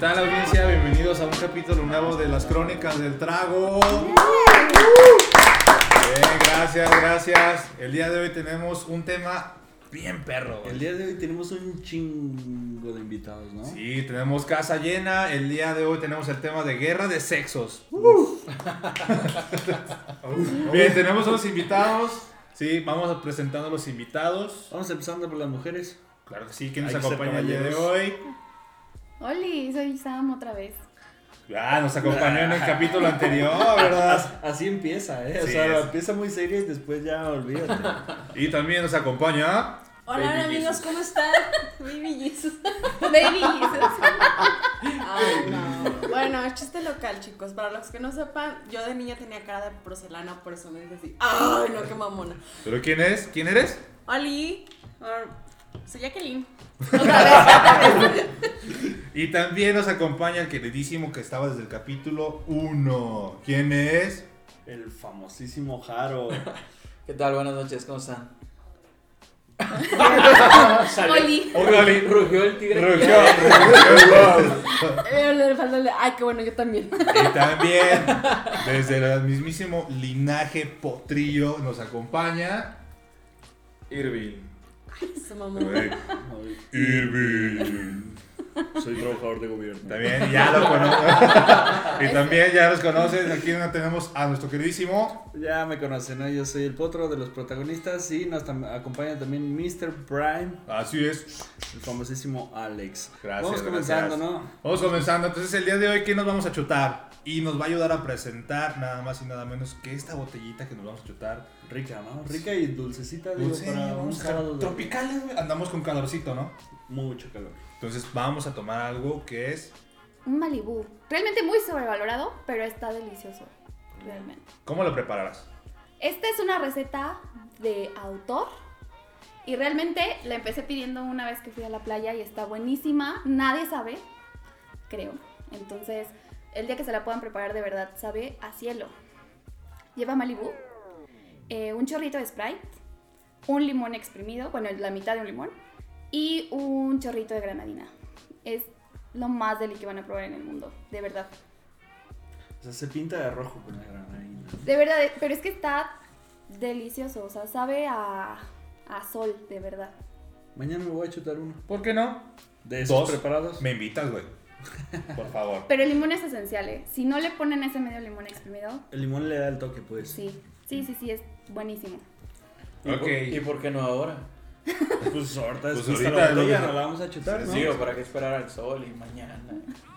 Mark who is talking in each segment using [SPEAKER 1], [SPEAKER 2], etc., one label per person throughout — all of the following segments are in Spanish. [SPEAKER 1] tal audiencia? Bienvenidos a un capítulo nuevo de las crónicas del trago. Bien, gracias, gracias. El día de hoy tenemos un tema bien perro. güey.
[SPEAKER 2] El día de hoy tenemos un chingo de invitados, ¿no?
[SPEAKER 1] Sí, tenemos casa llena. El día de hoy tenemos el tema de guerra de sexos. Bien, tenemos a los invitados. Sí, vamos a presentando a los invitados.
[SPEAKER 2] Vamos empezando por las mujeres.
[SPEAKER 1] Claro que sí, ¿quién nos
[SPEAKER 2] Hay que ser
[SPEAKER 1] acompaña el día de hoy?
[SPEAKER 2] caballeros.
[SPEAKER 3] Oli, soy Sam otra vez.
[SPEAKER 1] Ah, nos acompañó en el capítulo anterior, ¿verdad?
[SPEAKER 2] Así empieza, ¿eh?
[SPEAKER 1] Sí,
[SPEAKER 2] o sea,
[SPEAKER 1] es.
[SPEAKER 2] empieza muy seria y después ya olvídate.
[SPEAKER 1] Y también nos acompaña.
[SPEAKER 4] Hola,
[SPEAKER 2] Baby
[SPEAKER 4] hola, amigos,
[SPEAKER 2] Jesus.
[SPEAKER 4] ¿cómo están? Baby Jesus.
[SPEAKER 3] Baby Jesus.
[SPEAKER 4] Ay, no. Bueno, es chiste local, chicos. Para los que no sepan, yo de niña tenía cara de porcelana, por eso me dije así. Ay, no, qué mamona.
[SPEAKER 1] ¿Pero quién es? ¿Quién eres?
[SPEAKER 4] Oli, or- soy Jacqueline.
[SPEAKER 1] Y también nos acompaña el queridísimo que estaba desde el capítulo 1. ¿Quién es?
[SPEAKER 2] El famosísimo Jaro.
[SPEAKER 5] ¿Qué tal? Buenas noches, ¿cómo están?
[SPEAKER 3] Oli.
[SPEAKER 1] Órale.
[SPEAKER 5] Rugió el tigre.
[SPEAKER 1] Rugió, rugió.
[SPEAKER 4] Eh, le falta el de- Ay, qué bueno, yo también.
[SPEAKER 1] Y también desde el mismísimo linaje potrillo nos acompaña.
[SPEAKER 5] Irving.
[SPEAKER 4] Su mamá.
[SPEAKER 1] Irving.
[SPEAKER 2] Soy trabajador de gobierno.
[SPEAKER 1] También ya lo conocen. Y también ya los conocen. Aquí tenemos a nuestro queridísimo.
[SPEAKER 2] Ya me conocen, ¿no? Yo soy el potro de los protagonistas y nos tam- acompaña también Mr. Prime,
[SPEAKER 1] Así es.
[SPEAKER 2] el famosísimo Alex.
[SPEAKER 1] Gracias,
[SPEAKER 2] Vamos comenzando,
[SPEAKER 1] gracias.
[SPEAKER 2] ¿no?
[SPEAKER 1] Vamos comenzando. Entonces, el día de hoy, ¿qué nos vamos a chutar? Y nos va a ayudar a presentar nada más y nada menos que esta botellita que nos vamos a chutar.
[SPEAKER 2] Rica, ¿no? Rica y dulcecita, digo,
[SPEAKER 1] Dulce,
[SPEAKER 2] para un
[SPEAKER 1] vamos a-
[SPEAKER 2] sábado de-
[SPEAKER 1] Tropicales, güey. andamos con calorcito, ¿no?
[SPEAKER 2] Mucho calor.
[SPEAKER 1] Entonces, vamos a tomar algo que es.
[SPEAKER 3] Un Malibu. Realmente muy sobrevalorado, pero está delicioso. Realmente.
[SPEAKER 1] ¿Cómo lo prepararás?
[SPEAKER 3] Esta es una receta de autor. Y realmente la empecé pidiendo una vez que fui a la playa y está buenísima. Nadie sabe, creo. Entonces, el día que se la puedan preparar de verdad, sabe a cielo. Lleva Malibu, eh, un chorrito de Sprite, un limón exprimido, bueno, la mitad de un limón, y un chorrito de granadina. Es lo más deli que van a probar en el mundo, de verdad.
[SPEAKER 2] O sea, se pinta de rojo con la granadina.
[SPEAKER 3] De verdad, eh, pero es que está delicioso, o sea, sabe a, a sol, de verdad.
[SPEAKER 2] Mañana me voy a chutar uno.
[SPEAKER 1] ¿Por qué no?
[SPEAKER 2] ¿De esos
[SPEAKER 1] Dos.
[SPEAKER 2] preparados?
[SPEAKER 1] Me invitas, güey. Por favor.
[SPEAKER 3] Pero el limón es esencial, ¿eh? Si no le ponen ese medio limón exprimido,
[SPEAKER 2] El limón le da el toque, pues.
[SPEAKER 3] sí, sí, sí, sí, es buenísimo.
[SPEAKER 5] ¿Y por-
[SPEAKER 1] Ok.
[SPEAKER 5] ¿Y por qué no ahora?
[SPEAKER 2] Pues ahorita
[SPEAKER 1] Pues
[SPEAKER 2] es justo
[SPEAKER 1] ahorita
[SPEAKER 2] la
[SPEAKER 1] lo
[SPEAKER 2] botella,
[SPEAKER 1] que-
[SPEAKER 2] nos la vamos a chutar, ¿no?
[SPEAKER 5] Digo, ¿para qué esperar al sol y mañana?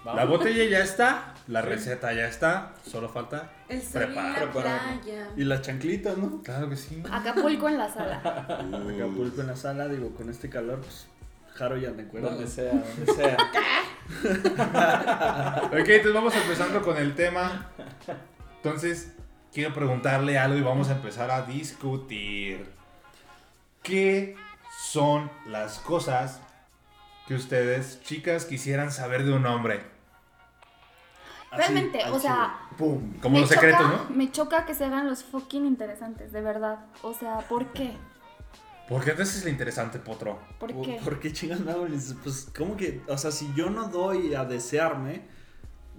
[SPEAKER 5] Vamos.
[SPEAKER 1] La botella ya está, la receta ya está, solo falta
[SPEAKER 4] El sol y la
[SPEAKER 1] preparar.
[SPEAKER 5] Prepáralo.
[SPEAKER 4] playa.
[SPEAKER 2] Y las chanclitas, ¿no?
[SPEAKER 1] Claro que sí.
[SPEAKER 3] Acapulco en la sala.
[SPEAKER 1] Ah, pues.
[SPEAKER 2] Acapulco en la sala, digo, con este calor, pues, Jaro ya me acuerdo.
[SPEAKER 5] Donde sea, donde sea.
[SPEAKER 1] Ok, entonces vamos empezando con el tema. Entonces, quiero preguntarle algo y vamos a empezar a discutir. ¿Qué son las cosas que ustedes, chicas, quisieran saber de un hombre?
[SPEAKER 2] Así,
[SPEAKER 3] Realmente,
[SPEAKER 2] al
[SPEAKER 3] o sea,
[SPEAKER 1] ¡Pum! Como
[SPEAKER 3] me
[SPEAKER 1] los secretos,
[SPEAKER 3] choca-
[SPEAKER 1] ¿no?
[SPEAKER 3] Me choca que se vean los fucking interesantes, de verdad. O sea, ¿por qué?
[SPEAKER 1] ¿Por qué te haces el interesante, Potro?
[SPEAKER 3] ¿Por
[SPEAKER 2] chile.
[SPEAKER 3] qué?
[SPEAKER 2] ¿Por qué chingas no hables? Pues, ¿cómo que? O sea, si yo no doy a desearme,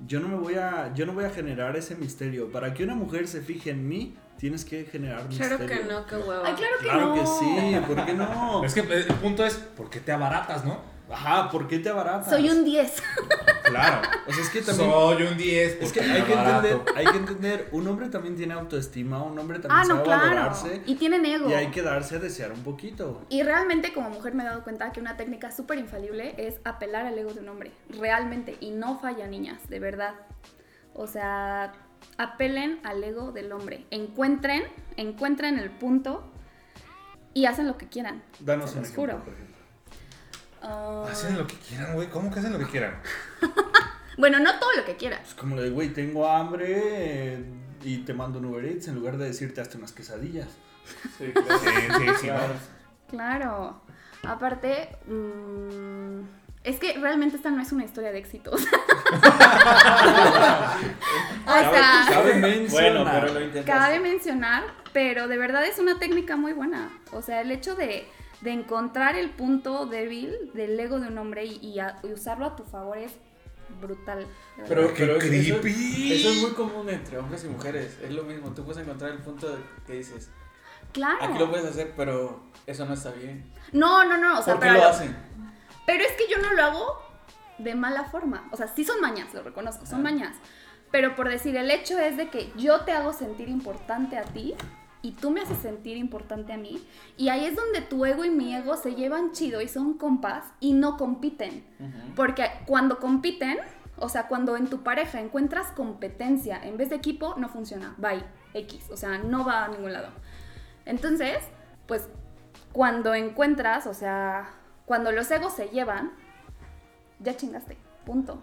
[SPEAKER 2] yo no me voy a, yo no voy a generar ese misterio. Para que una mujer se fije en mí, tienes que generar misterio.
[SPEAKER 4] Claro que no, qué huevo.
[SPEAKER 3] Ay, claro que
[SPEAKER 2] Claro
[SPEAKER 3] no.
[SPEAKER 2] que sí, ¿por qué no?
[SPEAKER 1] Es que eh, el punto es, ¿por qué te abaratas, no?
[SPEAKER 2] Ajá, ¿por qué te abaratas?
[SPEAKER 3] Soy un 10.
[SPEAKER 1] Claro.
[SPEAKER 2] O sea, es que también...
[SPEAKER 1] Soy un 10.
[SPEAKER 2] Es
[SPEAKER 1] porque
[SPEAKER 2] que hay
[SPEAKER 1] me
[SPEAKER 2] que,
[SPEAKER 1] abarato.
[SPEAKER 2] entender, hay que entender, un hombre también tiene autoestima, un hombre también
[SPEAKER 3] Ah, no,
[SPEAKER 2] sabe
[SPEAKER 3] claro.
[SPEAKER 2] valorarse
[SPEAKER 3] Y tienen ego.
[SPEAKER 2] y hay que darse a desear un poquito.
[SPEAKER 3] Y realmente como mujer me he dado cuenta que una técnica súper infalible es apelar al ego de un hombre. Realmente. Y no falla, niñas, de verdad. O sea, apelen al ego del hombre. Encuentren, encuentren el punto y hacen lo que quieran.
[SPEAKER 2] Danos
[SPEAKER 3] Se
[SPEAKER 2] un
[SPEAKER 3] los
[SPEAKER 2] ejemplo,
[SPEAKER 3] juro.
[SPEAKER 2] por ejemplo.
[SPEAKER 3] Ah,
[SPEAKER 1] Hacen lo que quieran, güey. ¿Cómo que hacen lo que quieran?
[SPEAKER 3] bueno, no todo lo que quieras.
[SPEAKER 2] Pues como le digo, güey, tengo hambre eh, y te mando un Uber Eats en lugar de decirte hazte unas quesadillas.
[SPEAKER 5] Sí, claro.
[SPEAKER 1] Sí, sí, sí. ¿no?
[SPEAKER 5] Claro.
[SPEAKER 3] Claro. Aparte, mm, es que realmente esta no es una historia de éxito. o sea, o sea,
[SPEAKER 2] Cabe
[SPEAKER 5] Bueno,
[SPEAKER 2] mencionar.
[SPEAKER 5] pero lo intentas.
[SPEAKER 3] Cabe mencionar, pero de verdad es una técnica muy buena. O sea, el hecho de, de encontrar el punto débil del ego de un hombre y, y a- y usarlo a tu favor es brutal. de verdad.
[SPEAKER 5] Pero,
[SPEAKER 1] ¡Qué
[SPEAKER 5] pero es- eso-
[SPEAKER 1] creepy!
[SPEAKER 5] Eso es muy común entre hombres y mujeres. Es lo mismo. Tú puedes encontrar el punto de que dices, aquí lo
[SPEAKER 3] claro.
[SPEAKER 5] puedes hacer, pero eso no está bien.
[SPEAKER 3] No, no, no. O sea,
[SPEAKER 5] ¿Por qué
[SPEAKER 3] pero,
[SPEAKER 5] lo hacen?
[SPEAKER 3] pero es que yo no lo hago de mala forma. O sea, sí son mañas, lo reconozco, son
[SPEAKER 5] Ajá.
[SPEAKER 3] mañas. Pero por decir, el hecho es de que yo te hago sentir importante a ti y tú me haces sentir importante a mí. Y ahí es donde tu ego y mi ego se llevan chido y son compas y no compiten.
[SPEAKER 5] Ujú.
[SPEAKER 3] Porque cuando compiten, o sea, cuando en tu pareja encuentras competencia en vez de equipo, no funciona. Bye, X. O sea, no va a ningún lado. Entonces, pues cuando encuentras, o sea, cuando los egos se llevan, ya chingaste. Punto.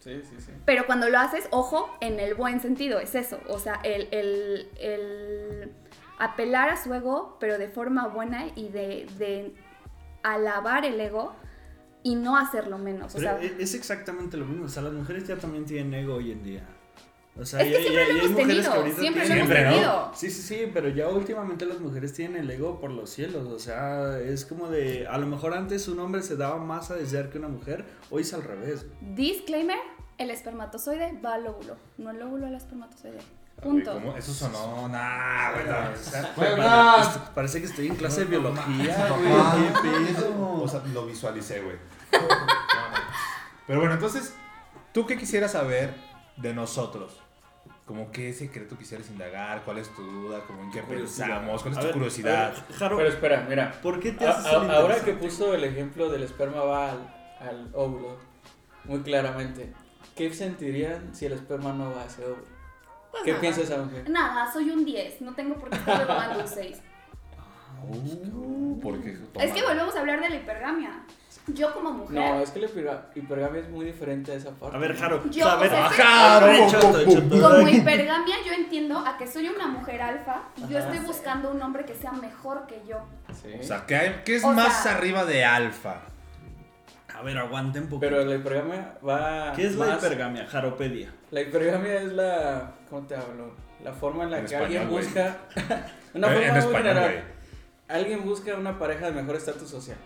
[SPEAKER 5] Sí, sí, sí.
[SPEAKER 3] Pero cuando lo haces, ojo, en el buen sentido, es eso. O sea, el, el- el apelar a su ego, pero de forma buena y de, de alabar el ego y no hacerlo menos. O sea,
[SPEAKER 2] Pero e- es exactamente lo mismo. O sea, las mujeres ya también tienen ego hoy en día. O sea,
[SPEAKER 3] Es que
[SPEAKER 2] ya-
[SPEAKER 3] siempre
[SPEAKER 2] ya-
[SPEAKER 3] lo
[SPEAKER 2] ya hay
[SPEAKER 3] hemos
[SPEAKER 2] mujeres
[SPEAKER 3] tenido,
[SPEAKER 2] que ahorita
[SPEAKER 3] siempre lo
[SPEAKER 2] tienen-
[SPEAKER 1] Siempre,
[SPEAKER 3] hemos
[SPEAKER 1] ¿no?
[SPEAKER 3] tenido.
[SPEAKER 2] Sí, sí, sí, pero ya últimamente las mujeres tienen el ego por los cielos. O sea, es como de. A lo mejor antes un hombre se daba más a desear que una mujer, hoy es al revés. güey.
[SPEAKER 3] Disclaimer, el espermatozoide va al óvulo, no el óvulo al espermatozoide.
[SPEAKER 5] Ah,
[SPEAKER 1] Güey,
[SPEAKER 3] Punto.
[SPEAKER 1] ¿cómo? Eso sonó. Nah, güey, no, o sea,
[SPEAKER 5] Bueno,
[SPEAKER 2] Para-
[SPEAKER 5] no.
[SPEAKER 2] est- parece que estoy en clase de biología, güey.
[SPEAKER 1] Papá,
[SPEAKER 2] ¿Qué pedo?
[SPEAKER 1] O sea, lo visualicé, güey. Pero bueno, entonces, ¿tú qué quisieras saber de nosotros? Como qué secreto quisieras indagar, cuál es tu duda, como en qué
[SPEAKER 5] Curiosidad.
[SPEAKER 1] pensamos, cuál es
[SPEAKER 2] A
[SPEAKER 1] tu
[SPEAKER 2] ver,
[SPEAKER 1] curiosidad.
[SPEAKER 2] a ver, Jaro,
[SPEAKER 5] Pero espera, mira.
[SPEAKER 2] ¿por qué te
[SPEAKER 5] A-
[SPEAKER 2] haces
[SPEAKER 5] a-
[SPEAKER 2] el
[SPEAKER 5] ahora que
[SPEAKER 2] interesante?
[SPEAKER 5] puso el ejemplo del esperma va al, al óvulo, muy claramente, ¿qué sentirían si el esperma no va a ese óvulo?
[SPEAKER 4] Pues
[SPEAKER 5] ¿Qué
[SPEAKER 4] nada.
[SPEAKER 5] piensa esa mujer?
[SPEAKER 3] Nada, soy un 10, no tengo por qué estar tomando un 6.
[SPEAKER 1] Uh, porque
[SPEAKER 3] Es que volvemos a hablar de la hipergamia. Yo como mujer...
[SPEAKER 5] No, es que la hiperga- hipergamia es muy diferente a esa parte.
[SPEAKER 2] A ver,
[SPEAKER 5] ¿no?
[SPEAKER 2] Jaro.
[SPEAKER 3] Yo,
[SPEAKER 2] o sea, a
[SPEAKER 3] o
[SPEAKER 2] ver,
[SPEAKER 3] sea,
[SPEAKER 2] a ver, choto, choto.
[SPEAKER 3] Como hipergamia yo entiendo a que soy una mujer alfa y yo
[SPEAKER 5] Ajá.
[SPEAKER 3] estoy buscando un hombre que sea mejor que yo.
[SPEAKER 5] Sí.
[SPEAKER 1] O sea, ¿qué, hay- qué es
[SPEAKER 3] O
[SPEAKER 1] más
[SPEAKER 3] sea-
[SPEAKER 1] arriba de alfa?
[SPEAKER 2] A ver, aguanten un poquito.
[SPEAKER 5] Pero la hipergamia va.
[SPEAKER 2] ¿Qué es la
[SPEAKER 5] más-
[SPEAKER 2] hipergamia? Jaropedia.
[SPEAKER 5] La hipergamia es la. ¿Cómo te hablo? La forma en la
[SPEAKER 1] En
[SPEAKER 5] que
[SPEAKER 1] español,
[SPEAKER 5] alguien
[SPEAKER 1] güey.
[SPEAKER 5] busca. una
[SPEAKER 1] Eh,
[SPEAKER 5] forma
[SPEAKER 1] en
[SPEAKER 5] muy
[SPEAKER 1] español,
[SPEAKER 5] general.
[SPEAKER 1] güey.
[SPEAKER 5] Alguien busca una pareja de mejor estatus social.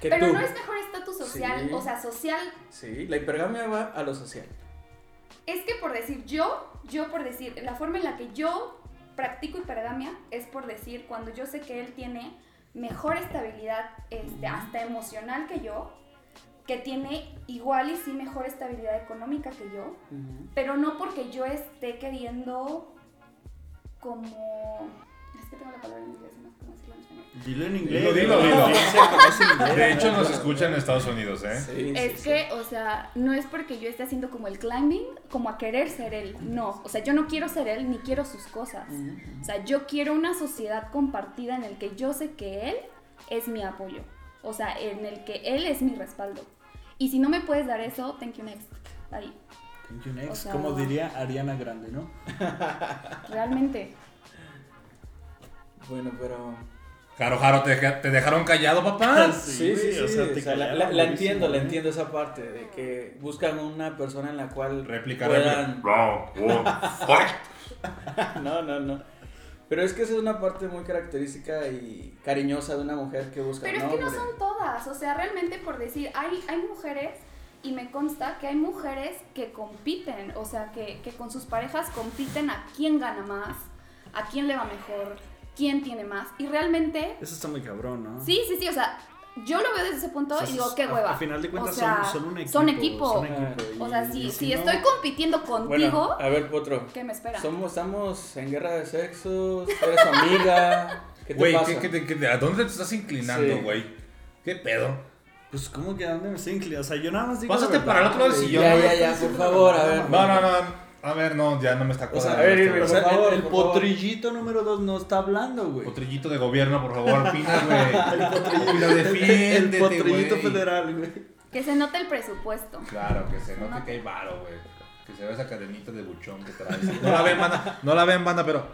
[SPEAKER 5] Que
[SPEAKER 3] Pero
[SPEAKER 5] tú.
[SPEAKER 3] no es mejor estatus social,
[SPEAKER 5] Sí.
[SPEAKER 3] o sea, social
[SPEAKER 5] Sí, la hipergamia va a lo social.
[SPEAKER 3] Es que por decir yo, yo por decir, la forma en la que yo practico hipergamia es por decir cuando yo sé que él tiene mejor estabilidad este, hasta emocional que yo, que tiene igual y sí mejor estabilidad económica que yo, pero no porque yo esté queriendo como... Es que tengo la palabra en inglés, no sé cómo decirlo en español.
[SPEAKER 2] Dilo en inglés.
[SPEAKER 1] Dilo,
[SPEAKER 2] güey.
[SPEAKER 1] dilo.
[SPEAKER 2] Dice que es inglés.
[SPEAKER 1] De hecho, nos escuchan en Estados Unidos, ¿eh?
[SPEAKER 5] Sí, sí,
[SPEAKER 3] Es
[SPEAKER 5] sí.
[SPEAKER 3] que, o sea, no es porque yo esté haciendo como el climbing, como a querer ser él, no, o sea, yo no quiero ser él ni quiero sus cosas.
[SPEAKER 5] Ujú.
[SPEAKER 3] O sea, yo quiero una sociedad compartida en el que yo sé que él es mi apoyo. O sea, en el que él es mi respaldo. Y si no me puedes dar eso, thank you next. Ahí,
[SPEAKER 2] Thank you, next.
[SPEAKER 3] O sea-
[SPEAKER 2] Como diría Ariana Grande, ¿no?
[SPEAKER 3] realmente.
[SPEAKER 5] Bueno, pero.
[SPEAKER 1] Jaro, Jaro, ¿te, deja- te dejaron callado, papá?
[SPEAKER 5] Sí, sí, sí.
[SPEAKER 2] o sea, te
[SPEAKER 5] o sea, la,
[SPEAKER 2] callaron
[SPEAKER 5] la- la
[SPEAKER 2] durísimo,
[SPEAKER 5] entiendo, la
[SPEAKER 2] ¿eh?
[SPEAKER 5] entiendo esa parte de que buscan una persona en la cual
[SPEAKER 1] Réplica, réplica.
[SPEAKER 5] puedan.
[SPEAKER 1] Bravo, wow, fuck.
[SPEAKER 5] No, no, no. Pero es que esa es una parte muy característica y cariñosa de una mujer que busca
[SPEAKER 3] Pero
[SPEAKER 5] un
[SPEAKER 3] es que no
[SPEAKER 5] hombre.
[SPEAKER 3] son todas. O sea, realmente por decir, hay, hay mujeres, y me consta que hay mujeres que compiten. O sea, que, que con sus parejas compiten a quién gana más, a quién le va mejor, quién tiene más. Y realmente,
[SPEAKER 2] Eso está muy cabrón, ¿no?
[SPEAKER 3] sí, sí, sí, o sea... Yo lo veo desde ese punto
[SPEAKER 2] O sea,
[SPEAKER 3] y digo,
[SPEAKER 2] sos-
[SPEAKER 3] qué
[SPEAKER 2] a-
[SPEAKER 3] hueva.
[SPEAKER 2] A final de cuentas
[SPEAKER 3] O sea,
[SPEAKER 2] son, son un equipo.
[SPEAKER 3] Son equipo.
[SPEAKER 2] son equipo,
[SPEAKER 3] O sea,
[SPEAKER 2] y- y
[SPEAKER 3] si, si
[SPEAKER 2] no-
[SPEAKER 3] estoy compitiendo contigo,
[SPEAKER 5] Bueno, a ver, Potro.
[SPEAKER 3] ¿qué me espera?
[SPEAKER 5] Somos, estamos en guerra de sexos, tú eres amiga. ¿Qué te
[SPEAKER 1] Güey,
[SPEAKER 5] pasa?
[SPEAKER 1] ¿qué- qué te- qué te- ¿a dónde te estás inclinando,
[SPEAKER 5] Sí.
[SPEAKER 1] güey? ¿Qué pedo?
[SPEAKER 2] Pues, ¿cómo que a dónde me estoy inclinando? O sea, yo nada más digo.
[SPEAKER 1] Pásate
[SPEAKER 2] la verdad,
[SPEAKER 1] para el otro lado del
[SPEAKER 2] güey.
[SPEAKER 1] sillón.
[SPEAKER 5] ya, ya, ya, por favor, a ver.
[SPEAKER 1] No, no, no. A ver, no, ya no me está este
[SPEAKER 2] O
[SPEAKER 1] cuadrando.
[SPEAKER 2] sea, este,
[SPEAKER 5] a ver,
[SPEAKER 1] esto,
[SPEAKER 5] Irving,
[SPEAKER 1] güey.
[SPEAKER 2] O sea,
[SPEAKER 5] Por favor,
[SPEAKER 2] el, el
[SPEAKER 5] por favor.
[SPEAKER 2] potrillito número 2 no está hablando, güey.
[SPEAKER 1] Potrillito de gobierno, por favor, opina, güey. Lo
[SPEAKER 2] El
[SPEAKER 1] defiéndete, güey.
[SPEAKER 2] potrillito federal, güey.
[SPEAKER 3] Que se note el presupuesto.
[SPEAKER 1] Claro, que se note que hay varo, güey. Que se vea esa cadenita de buchón que traes. No la ven, banda, no la ven, banda, pero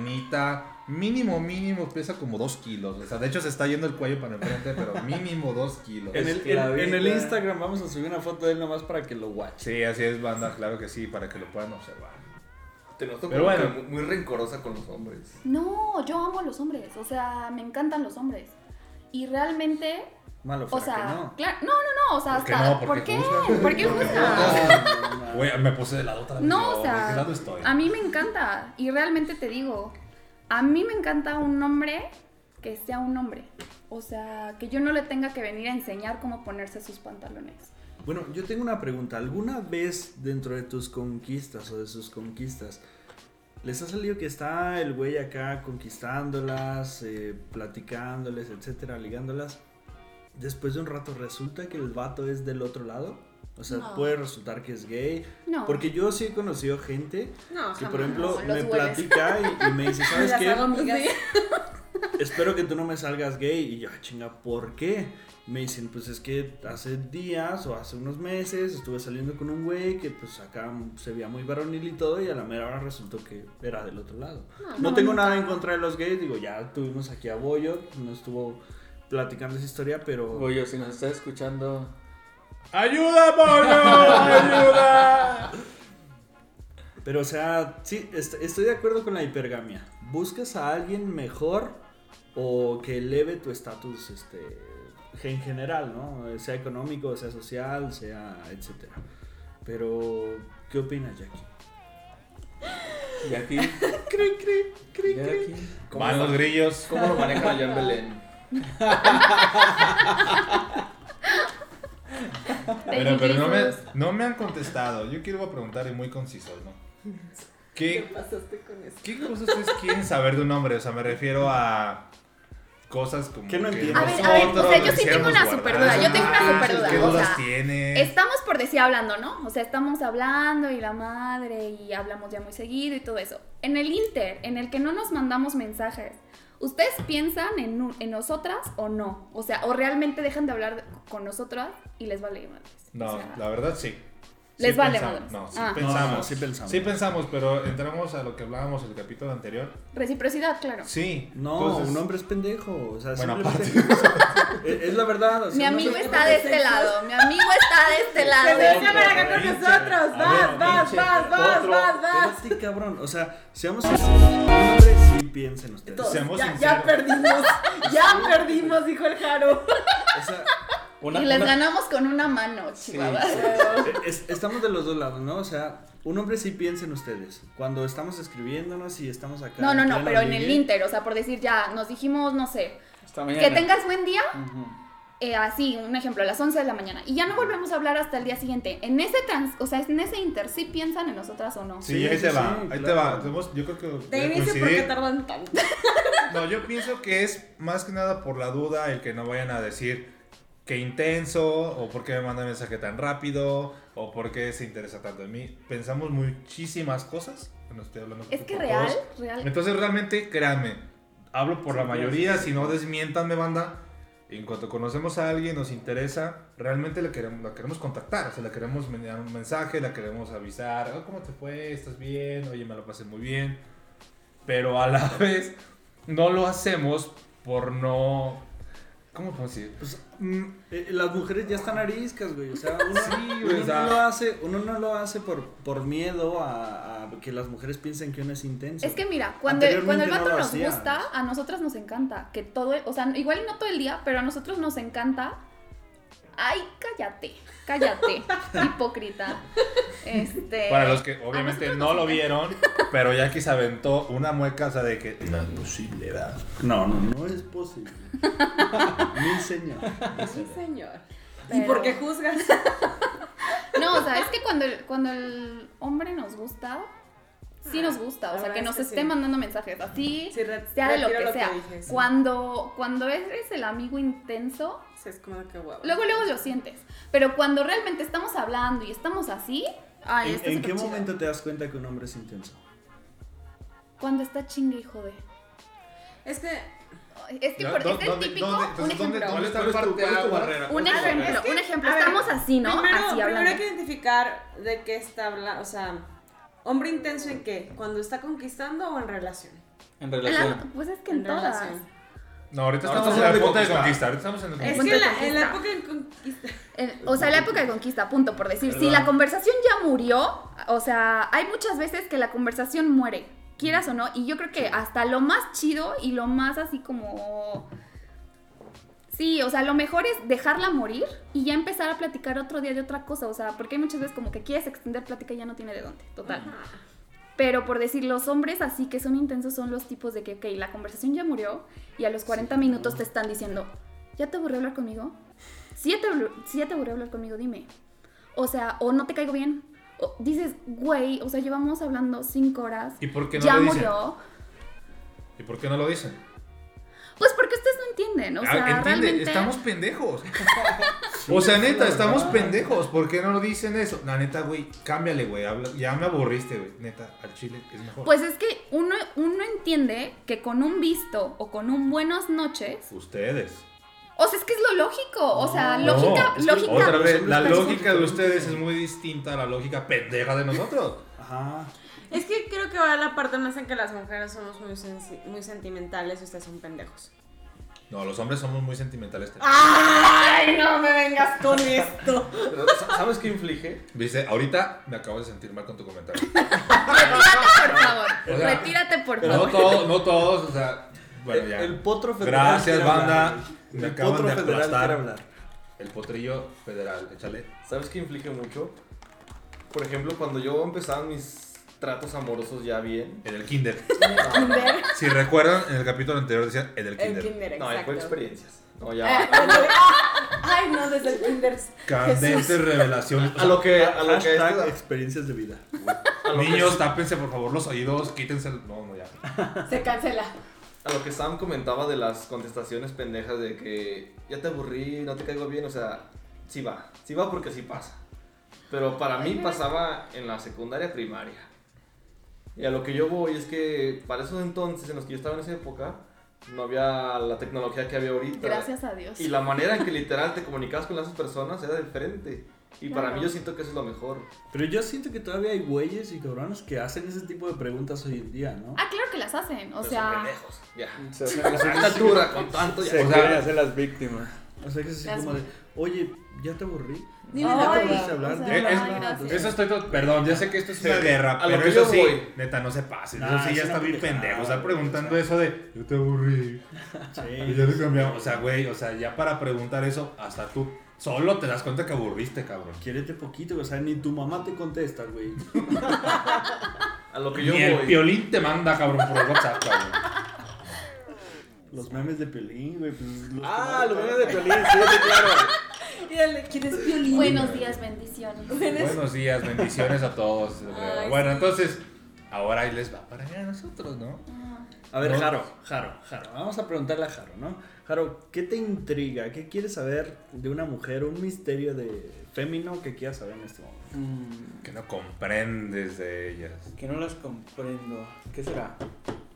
[SPEAKER 1] cadenita mínimo, mínimo, pesa como dos kilos. O sea, de hecho se está yendo el cuello para enfrente, pero mínimo dos kilos.
[SPEAKER 2] En el, en-
[SPEAKER 5] Esclavita.
[SPEAKER 2] en el Instagram vamos a subir una foto de él nomás para que lo watch.
[SPEAKER 1] Sí, así es, banda, claro que sí, para que lo puedan observar.
[SPEAKER 6] Te noto
[SPEAKER 1] Pero
[SPEAKER 6] como
[SPEAKER 1] bueno.
[SPEAKER 6] que muy, muy rencorosa con los hombres.
[SPEAKER 3] No, yo amo a los hombres, o sea, me encantan los hombres. Y realmente
[SPEAKER 2] Malo
[SPEAKER 3] O
[SPEAKER 2] fuera
[SPEAKER 3] sea,
[SPEAKER 2] que
[SPEAKER 3] no.
[SPEAKER 2] no.
[SPEAKER 3] no, no, no, o sea,
[SPEAKER 1] ¿Por qué
[SPEAKER 3] hasta,
[SPEAKER 1] no? ¿Por
[SPEAKER 3] ¿por
[SPEAKER 1] qué
[SPEAKER 3] qué?
[SPEAKER 1] juzgas?
[SPEAKER 3] ¿Por qué juzgas?
[SPEAKER 2] No, no,
[SPEAKER 1] Güey, me puse de lado otra vez.
[SPEAKER 3] No,
[SPEAKER 1] Yo,
[SPEAKER 3] o
[SPEAKER 1] ¿De
[SPEAKER 3] sea,
[SPEAKER 1] qué lado estoy?
[SPEAKER 3] a mí me encanta y realmente te digo, a mí me encanta un hombre que sea un hombre. O sea, que yo no le tenga que venir a enseñar cómo ponerse sus pantalones.
[SPEAKER 2] Bueno, yo tengo una pregunta. ¿Alguna vez dentro de tus conquistas o de sus conquistas les ha salido que está el güey acá conquistándolas, eh, platicándoles, etcétera, ligándolas? Después de un rato resulta que el vato es del otro lado. O sea,
[SPEAKER 4] No.
[SPEAKER 2] puede resultar que es gay.
[SPEAKER 3] No.
[SPEAKER 2] Porque yo sí he conocido gente
[SPEAKER 4] No,
[SPEAKER 2] que,
[SPEAKER 4] jamás.
[SPEAKER 2] por ejemplo,
[SPEAKER 3] no, los
[SPEAKER 2] me
[SPEAKER 3] hueles.
[SPEAKER 2] platica y, y me dice, ¿sabes
[SPEAKER 4] Las
[SPEAKER 2] qué?
[SPEAKER 4] hago amigas.
[SPEAKER 2] espero que tú no me salgas gay. Y yo, "Ah, chinga, ¿por qué? Me dicen, pues es que hace días o hace unos meses estuve saliendo con un güey que pues acá se veía muy varonil y todo y a la mera hora resultó que era del otro lado. No, tengo nada en contra de los gays, digo, ya tuvimos aquí a Boyo, no estuvo platicando esa historia, pero...
[SPEAKER 5] Goyo, si nos estás escuchando,
[SPEAKER 1] ¡Ayuda, Pablo! ¡Ayuda!
[SPEAKER 2] Pero, o sea, sí, est- estoy de acuerdo con la hipergamia. ¿Buscas a alguien mejor o que eleve tu estatus este, en general, ¿no? Sea económico, sea social, sea etcétera. Pero, ¿qué opinas, Jackie?
[SPEAKER 5] y aquí,
[SPEAKER 2] Cri, cri, cri,
[SPEAKER 5] ya
[SPEAKER 2] cri.
[SPEAKER 5] aquí.
[SPEAKER 6] ¿Cómo,
[SPEAKER 1] Van
[SPEAKER 6] lo-
[SPEAKER 1] los grillos.
[SPEAKER 6] cómo lo manejan allá en Belén?
[SPEAKER 1] Pero, pero no, me, no me han contestado. Yo quiero preguntar y muy conciso, ¿no?
[SPEAKER 4] ¿Qué
[SPEAKER 1] ¿Qué,
[SPEAKER 4] pasaste con eso?
[SPEAKER 1] ¿Qué cosas ustedes quieren saber de un hombre? O sea, me refiero a cosas como
[SPEAKER 2] Que no
[SPEAKER 1] que
[SPEAKER 2] entiendo.
[SPEAKER 3] A ver, a ver, o sea, yo sí tengo una
[SPEAKER 1] superduda.
[SPEAKER 3] super duda, yo tengo una super duda,
[SPEAKER 1] ¿Qué
[SPEAKER 3] o
[SPEAKER 1] dudas
[SPEAKER 3] sea,
[SPEAKER 1] tienes?
[SPEAKER 3] Estamos por decir hablando, ¿no? O sea, estamos hablando y la madre y hablamos ya muy seguido y todo eso. En el Inter, en el que no nos mandamos mensajes, ¿ustedes piensan en, un- en nosotras o no? O sea, ¿o realmente dejan de hablar con nosotras y les vale madres?
[SPEAKER 1] No,
[SPEAKER 3] O sea,
[SPEAKER 1] la verdad sí.
[SPEAKER 3] Les
[SPEAKER 1] Sí
[SPEAKER 3] vale
[SPEAKER 1] pensamos-
[SPEAKER 3] madres.
[SPEAKER 1] No, sí
[SPEAKER 3] Ah.
[SPEAKER 1] pensamos.
[SPEAKER 2] No, no, sí pensamos.
[SPEAKER 1] Sí pensamos, pero entramos a lo que hablábamos el capítulo anterior.
[SPEAKER 3] Reciprocidad, claro.
[SPEAKER 1] Sí.
[SPEAKER 2] No,
[SPEAKER 1] entonces-
[SPEAKER 2] un hombre es pendejo. O sea,
[SPEAKER 1] Bueno,
[SPEAKER 2] simplemente- es, es la verdad. o sea,
[SPEAKER 3] Mi
[SPEAKER 2] un
[SPEAKER 3] amigo
[SPEAKER 2] hombre-
[SPEAKER 3] está de este lado, mi amigo está de este
[SPEAKER 4] Se
[SPEAKER 3] lado.
[SPEAKER 4] venía para acá con
[SPEAKER 1] pinche.
[SPEAKER 4] nosotros. Vas, vas,
[SPEAKER 5] pinche
[SPEAKER 4] vas, vas,
[SPEAKER 5] otro.
[SPEAKER 4] vas, vas.
[SPEAKER 2] Espérate, cabrón. O sea, seamos sinceros. Un hombre sí piensa en ustedes.
[SPEAKER 4] Todos,
[SPEAKER 1] Seamos
[SPEAKER 4] ya, ya
[SPEAKER 1] sinceros.
[SPEAKER 4] perdimos, ya perdimos, dijo el Jaro.
[SPEAKER 2] O sea,
[SPEAKER 5] Una,
[SPEAKER 3] y les
[SPEAKER 5] una-
[SPEAKER 3] ganamos con una mano,
[SPEAKER 5] Sí,
[SPEAKER 3] chihuahua.
[SPEAKER 5] sí.
[SPEAKER 2] e-, Es- estamos de los dos lados, ¿no? O sea, un hombre sí piensa en ustedes. Cuando estamos escribiéndonos y estamos acá.
[SPEAKER 3] No, no, no,
[SPEAKER 2] pleno
[SPEAKER 3] pero en el
[SPEAKER 2] ligue,
[SPEAKER 3] Inter, o sea, por decir ya, nos dijimos, no sé,
[SPEAKER 5] Hasta mañana.
[SPEAKER 3] que tengas buen día,
[SPEAKER 5] Ujú.
[SPEAKER 3] eh, así, un ejemplo, a las 11 de la mañana, y ya no volvemos a hablar hasta el día siguiente. En ese trans, o sea, en ese inter, ¿sí piensan en nosotras o no?
[SPEAKER 1] Sí,
[SPEAKER 2] Sí,
[SPEAKER 1] ahí
[SPEAKER 2] sí,
[SPEAKER 1] te
[SPEAKER 2] sí,
[SPEAKER 1] va, ahí te
[SPEAKER 2] claro.
[SPEAKER 1] va. Tenemos- Yo creo que voy
[SPEAKER 4] De
[SPEAKER 1] a
[SPEAKER 4] inicio, ¿por qué
[SPEAKER 1] coincidir.
[SPEAKER 4] tardan tanto?
[SPEAKER 1] No, yo pienso que es más que nada por la duda el que no vayan a decir qué intenso, o por qué me manda mensaje tan rápido, o por qué se interesa tanto en mí. Pensamos muchísimas cosas. Bueno, estoy hablando
[SPEAKER 3] Es que
[SPEAKER 1] por
[SPEAKER 3] real,
[SPEAKER 1] todos.
[SPEAKER 3] real.
[SPEAKER 1] Entonces, realmente, créanme, hablo por la mayoría, si no desmientanme, banda. En cuanto conocemos a alguien, nos interesa, realmente la queremos, la queremos contactar, o sea, la queremos mandar un mensaje, la queremos avisar, "Oh, ¿cómo te fue? ¿Estás bien? Oye, me lo pasé muy bien. Pero a la vez, no lo hacemos por no... ¿Cómo puedo decir? Mm,
[SPEAKER 2] eh, las mujeres ya están ariscas, güey. O sea, uno,
[SPEAKER 1] Sí, güey,
[SPEAKER 2] uno
[SPEAKER 1] o sea.
[SPEAKER 2] no lo hace, uno no lo hace por, por miedo a, a que las mujeres piensen que uno es intenso.
[SPEAKER 3] Es que mira, cuando el, cuando el
[SPEAKER 2] Anteriormente no
[SPEAKER 3] vato
[SPEAKER 2] lo
[SPEAKER 3] nos
[SPEAKER 2] hacían.
[SPEAKER 3] gusta, a nosotras nos encanta. Que todo, el- o sea, igual y no todo el día, pero a nosotros nos encanta. Ay, cállate, cállate, hipócrita. Este,
[SPEAKER 1] Para los que
[SPEAKER 3] a
[SPEAKER 1] obviamente
[SPEAKER 3] nosotros
[SPEAKER 1] no
[SPEAKER 3] nos
[SPEAKER 1] lo
[SPEAKER 3] encanta.
[SPEAKER 1] vieron, pero ya que se aventó una mueca, o sea, de que...
[SPEAKER 2] No, no, no es posible. Mi señor.
[SPEAKER 4] Sí, señor. ¿Y
[SPEAKER 3] Pero-
[SPEAKER 4] por qué juzgas?
[SPEAKER 3] No, o sea, es que cuando el, cuando el hombre nos gusta, sí nos gusta.
[SPEAKER 4] La
[SPEAKER 3] O sea,
[SPEAKER 4] verdad
[SPEAKER 3] que
[SPEAKER 4] es
[SPEAKER 3] nos
[SPEAKER 4] que
[SPEAKER 3] esté
[SPEAKER 4] sí.
[SPEAKER 3] mandando mensajes así,
[SPEAKER 4] Sí, re-
[SPEAKER 3] sea de lo
[SPEAKER 4] retiro
[SPEAKER 3] que sea.
[SPEAKER 4] dije, sí.
[SPEAKER 3] Cuando, cuando eres el amigo intenso,
[SPEAKER 4] Sí, es como que huevo.
[SPEAKER 3] luego, luego lo sientes. Pero cuando realmente estamos hablando y estamos así, ay, este
[SPEAKER 2] ¿En, en
[SPEAKER 3] está súper
[SPEAKER 2] qué
[SPEAKER 3] chido.
[SPEAKER 2] momento te das cuenta que un hombre es intenso?
[SPEAKER 3] Cuando está chingue y jode.
[SPEAKER 4] Es que
[SPEAKER 3] Ay, Es que
[SPEAKER 1] ¿Dó-
[SPEAKER 3] porque
[SPEAKER 1] dó-
[SPEAKER 3] es el
[SPEAKER 1] dónde-
[SPEAKER 3] típico,
[SPEAKER 1] dónde-
[SPEAKER 3] un
[SPEAKER 1] entonces,
[SPEAKER 3] ejemplo.
[SPEAKER 1] dónde- dónde está
[SPEAKER 6] ¿Cuál
[SPEAKER 1] el
[SPEAKER 6] es tu- cuál es tu
[SPEAKER 1] parteaguas?
[SPEAKER 6] barrera?
[SPEAKER 3] un
[SPEAKER 4] A ver,
[SPEAKER 3] ejemplo,
[SPEAKER 4] es que,
[SPEAKER 3] un ejemplo.
[SPEAKER 4] a ver,
[SPEAKER 3] Estamos así, ¿no?
[SPEAKER 4] Primero,
[SPEAKER 3] así
[SPEAKER 4] primero
[SPEAKER 3] hablando.
[SPEAKER 4] hay que identificar de qué está hablando, o sea, hombre intenso en qué, cuando está conquistando o en relación.
[SPEAKER 3] En
[SPEAKER 5] En relación.
[SPEAKER 3] la- pues es que en, todas.
[SPEAKER 4] relación.
[SPEAKER 1] No, ahorita
[SPEAKER 6] Ahorita
[SPEAKER 1] estamos en la
[SPEAKER 6] estamos
[SPEAKER 1] punta de
[SPEAKER 6] en
[SPEAKER 1] conquista. Ahorita estamos en la
[SPEAKER 4] Es
[SPEAKER 1] conquista.
[SPEAKER 4] que
[SPEAKER 3] Punto
[SPEAKER 4] en la,
[SPEAKER 3] de
[SPEAKER 4] en la
[SPEAKER 3] conquista.
[SPEAKER 4] época de conquista.
[SPEAKER 3] Eh, O sea, la época de conquista, punto, por decir. Si la conversación ya murió, o sea, hay muchas veces que la conversación muere, quieras o no, y yo creo que hasta lo más chido y lo más así como... Sí, o sea, lo mejor es dejarla morir y ya empezar a platicar otro día de otra cosa. O sea, porque hay muchas veces como que quieres extender plática y ya no tiene de dónde. Total. Pero por decir, los hombres así que son intensos son los tipos de que, ok, la conversación ya murió y a los 40 minutos te están diciendo, ¿ya te aburrió hablar conmigo? Si ya te, abur- sí ya te aburrió hablar conmigo, dime. O sea, o no te caigo bien. O dices, güey, o sea, llevamos hablando 5 horas.
[SPEAKER 1] ¿Y por qué no
[SPEAKER 3] ya
[SPEAKER 1] lo dicen?
[SPEAKER 3] murió.
[SPEAKER 1] ¿Y por qué no lo dicen?
[SPEAKER 3] Pues porque ustedes no entienden. O
[SPEAKER 1] Ah,
[SPEAKER 3] sea,
[SPEAKER 1] Entiende,
[SPEAKER 3] realmente.
[SPEAKER 1] estamos pendejos. o sea, neta, estamos pendejos. ¿Por qué no lo dicen eso? La neta, güey, cámbiale, güey. habla- Ya me aburriste, güey. Neta, al chile es mejor.
[SPEAKER 3] Pues es que uno, uno entiende que con un visto o con un buenas noches,
[SPEAKER 1] Ustedes.
[SPEAKER 3] o sea, es que es lo lógico, o sea,
[SPEAKER 1] No,
[SPEAKER 3] lógica,
[SPEAKER 2] es que
[SPEAKER 3] lógica.
[SPEAKER 1] Otra vez, la
[SPEAKER 2] Personas
[SPEAKER 1] lógica de
[SPEAKER 2] diferentes.
[SPEAKER 1] ustedes es muy distinta a la lógica pendeja de nosotros.
[SPEAKER 2] Ajá.
[SPEAKER 4] Es que creo que va la parte más en que las mujeres somos muy, sensi- muy sentimentales y ustedes son pendejos.
[SPEAKER 1] No, los hombres somos muy sentimentales.
[SPEAKER 3] Ah.
[SPEAKER 4] ¡Ay, no me vengas con esto!
[SPEAKER 6] Pero, sa- ¿Sabes qué inflige?
[SPEAKER 1] Viste, ahorita me acabo de sentir mal con tu comentario.
[SPEAKER 3] Retírate, por favor.
[SPEAKER 1] O sea,
[SPEAKER 3] Retírate, por
[SPEAKER 1] No
[SPEAKER 3] favor.
[SPEAKER 1] todos, no todos, o sea. Bueno,
[SPEAKER 2] El-
[SPEAKER 1] ya.
[SPEAKER 2] El potro federal.
[SPEAKER 1] Gracias,
[SPEAKER 2] quiere
[SPEAKER 1] banda.
[SPEAKER 2] hablar, güey.
[SPEAKER 1] Me
[SPEAKER 2] El
[SPEAKER 1] acaban
[SPEAKER 2] potro
[SPEAKER 1] de
[SPEAKER 2] federal
[SPEAKER 1] aplastar.
[SPEAKER 2] quiere hablar.
[SPEAKER 1] El potrillo federal, échale.
[SPEAKER 6] ¿Sabes qué inflige mucho? Por ejemplo, cuando yo empezaba mis tratos amorosos ya bien.
[SPEAKER 1] En el kinder.
[SPEAKER 4] Kinder.
[SPEAKER 1] Si recuerdan, en el capítulo anterior decían en el
[SPEAKER 4] El
[SPEAKER 1] kinder.
[SPEAKER 4] kinder,
[SPEAKER 6] No, ahí fue
[SPEAKER 4] exacto.
[SPEAKER 6] experiencias. No,
[SPEAKER 4] Ah,
[SPEAKER 6] ya.
[SPEAKER 4] ándale. Ah, Ay, no, desde el kinder.
[SPEAKER 1] Candente revelación.
[SPEAKER 6] A lo que. A lo que este,
[SPEAKER 2] Hashtag experiencias de vida.
[SPEAKER 6] a lo que-
[SPEAKER 1] Niños, tápense por favor los oídos, quítense el. No, no, ya.
[SPEAKER 4] Se cancela.
[SPEAKER 6] A lo que Sam comentaba de las contestaciones pendejas de que ya te aburrí, no te caigo bien, o sea, sí va, sí va porque sí pasa. Pero para mí pasaba en la secundaria primaria. Y a lo que yo voy es que para esos entonces, en los que yo estaba en esa época, no había la tecnología que había ahorita.
[SPEAKER 3] Gracias a Dios.
[SPEAKER 6] Y la manera en que literal te comunicabas con las personas era diferente. Y para
[SPEAKER 3] Claro.
[SPEAKER 6] mí yo siento que eso es lo mejor.
[SPEAKER 2] Pero yo siento que todavía hay güeyes y cabrones que hacen ese tipo de preguntas hoy en día, ¿no?
[SPEAKER 3] Ah, claro que las hacen, o
[SPEAKER 6] Pero son
[SPEAKER 3] sea.
[SPEAKER 6] pendejos, ya.
[SPEAKER 5] Se, se,
[SPEAKER 6] A esta altura, con tanto ya.
[SPEAKER 5] se
[SPEAKER 1] O sea-
[SPEAKER 5] quieren hacer las víctimas.
[SPEAKER 2] O sea, que es así
[SPEAKER 4] Las-
[SPEAKER 2] como de, oye, ya te aburrí.
[SPEAKER 4] Dile
[SPEAKER 2] ya
[SPEAKER 4] la
[SPEAKER 2] te
[SPEAKER 4] verdad,
[SPEAKER 2] aburriste a hablar.
[SPEAKER 3] o
[SPEAKER 2] de
[SPEAKER 3] sea,
[SPEAKER 1] Eh, es-
[SPEAKER 3] ay, gracias.
[SPEAKER 1] Eso estoy. to- Perdón, yo sé que esto es una guerra,
[SPEAKER 6] A lo
[SPEAKER 1] pero
[SPEAKER 6] que
[SPEAKER 1] eso
[SPEAKER 6] yo
[SPEAKER 1] sí,
[SPEAKER 6] voy.
[SPEAKER 1] neta, no se pase.
[SPEAKER 2] Nah,
[SPEAKER 1] eso sí,
[SPEAKER 2] es
[SPEAKER 1] ya
[SPEAKER 2] una
[SPEAKER 1] está bien
[SPEAKER 2] pendejada,
[SPEAKER 1] pendejo. O sea,
[SPEAKER 2] güey,
[SPEAKER 1] preguntando
[SPEAKER 2] o sea.
[SPEAKER 1] eso de. Yo te aburrí. Y ya
[SPEAKER 2] Sí.
[SPEAKER 1] le cambiamos. O sea, güey, o sea, ya para preguntar eso, hasta tú solo te das cuenta que aburriste, cabrón.
[SPEAKER 2] Quiérete poquito, o sea, ni tu mamá te contesta, güey.
[SPEAKER 6] A lo que
[SPEAKER 1] Y
[SPEAKER 6] yo
[SPEAKER 1] el
[SPEAKER 6] voy.
[SPEAKER 1] piolín te manda, cabrón, por WhatsApp, cabrón.
[SPEAKER 2] Los memes de Pelín, güey. Pues, los
[SPEAKER 5] Ah,
[SPEAKER 2] que-
[SPEAKER 5] los memes de Pelín, sí, sí, claro.
[SPEAKER 4] Y dale, ¿quién es violín?
[SPEAKER 3] Buenos días, bendiciones.
[SPEAKER 1] Buenos días, bendiciones a todos.
[SPEAKER 4] Ay,
[SPEAKER 1] bueno,
[SPEAKER 4] sí.
[SPEAKER 1] entonces, ahora ahí les va para allá a nosotros, ¿no?
[SPEAKER 2] A ver,
[SPEAKER 1] ¿No?
[SPEAKER 2] Jaro, Jaro, Jaro. Vamos a preguntarle a Jaro, ¿no? Jaro, ¿qué te intriga? ¿Qué quieres saber de una mujer? Un misterio de fémino que quieras saber en este momento.
[SPEAKER 5] Mm,
[SPEAKER 1] Que no comprendes de ellas.
[SPEAKER 5] que no las comprendo. ¿Qué será?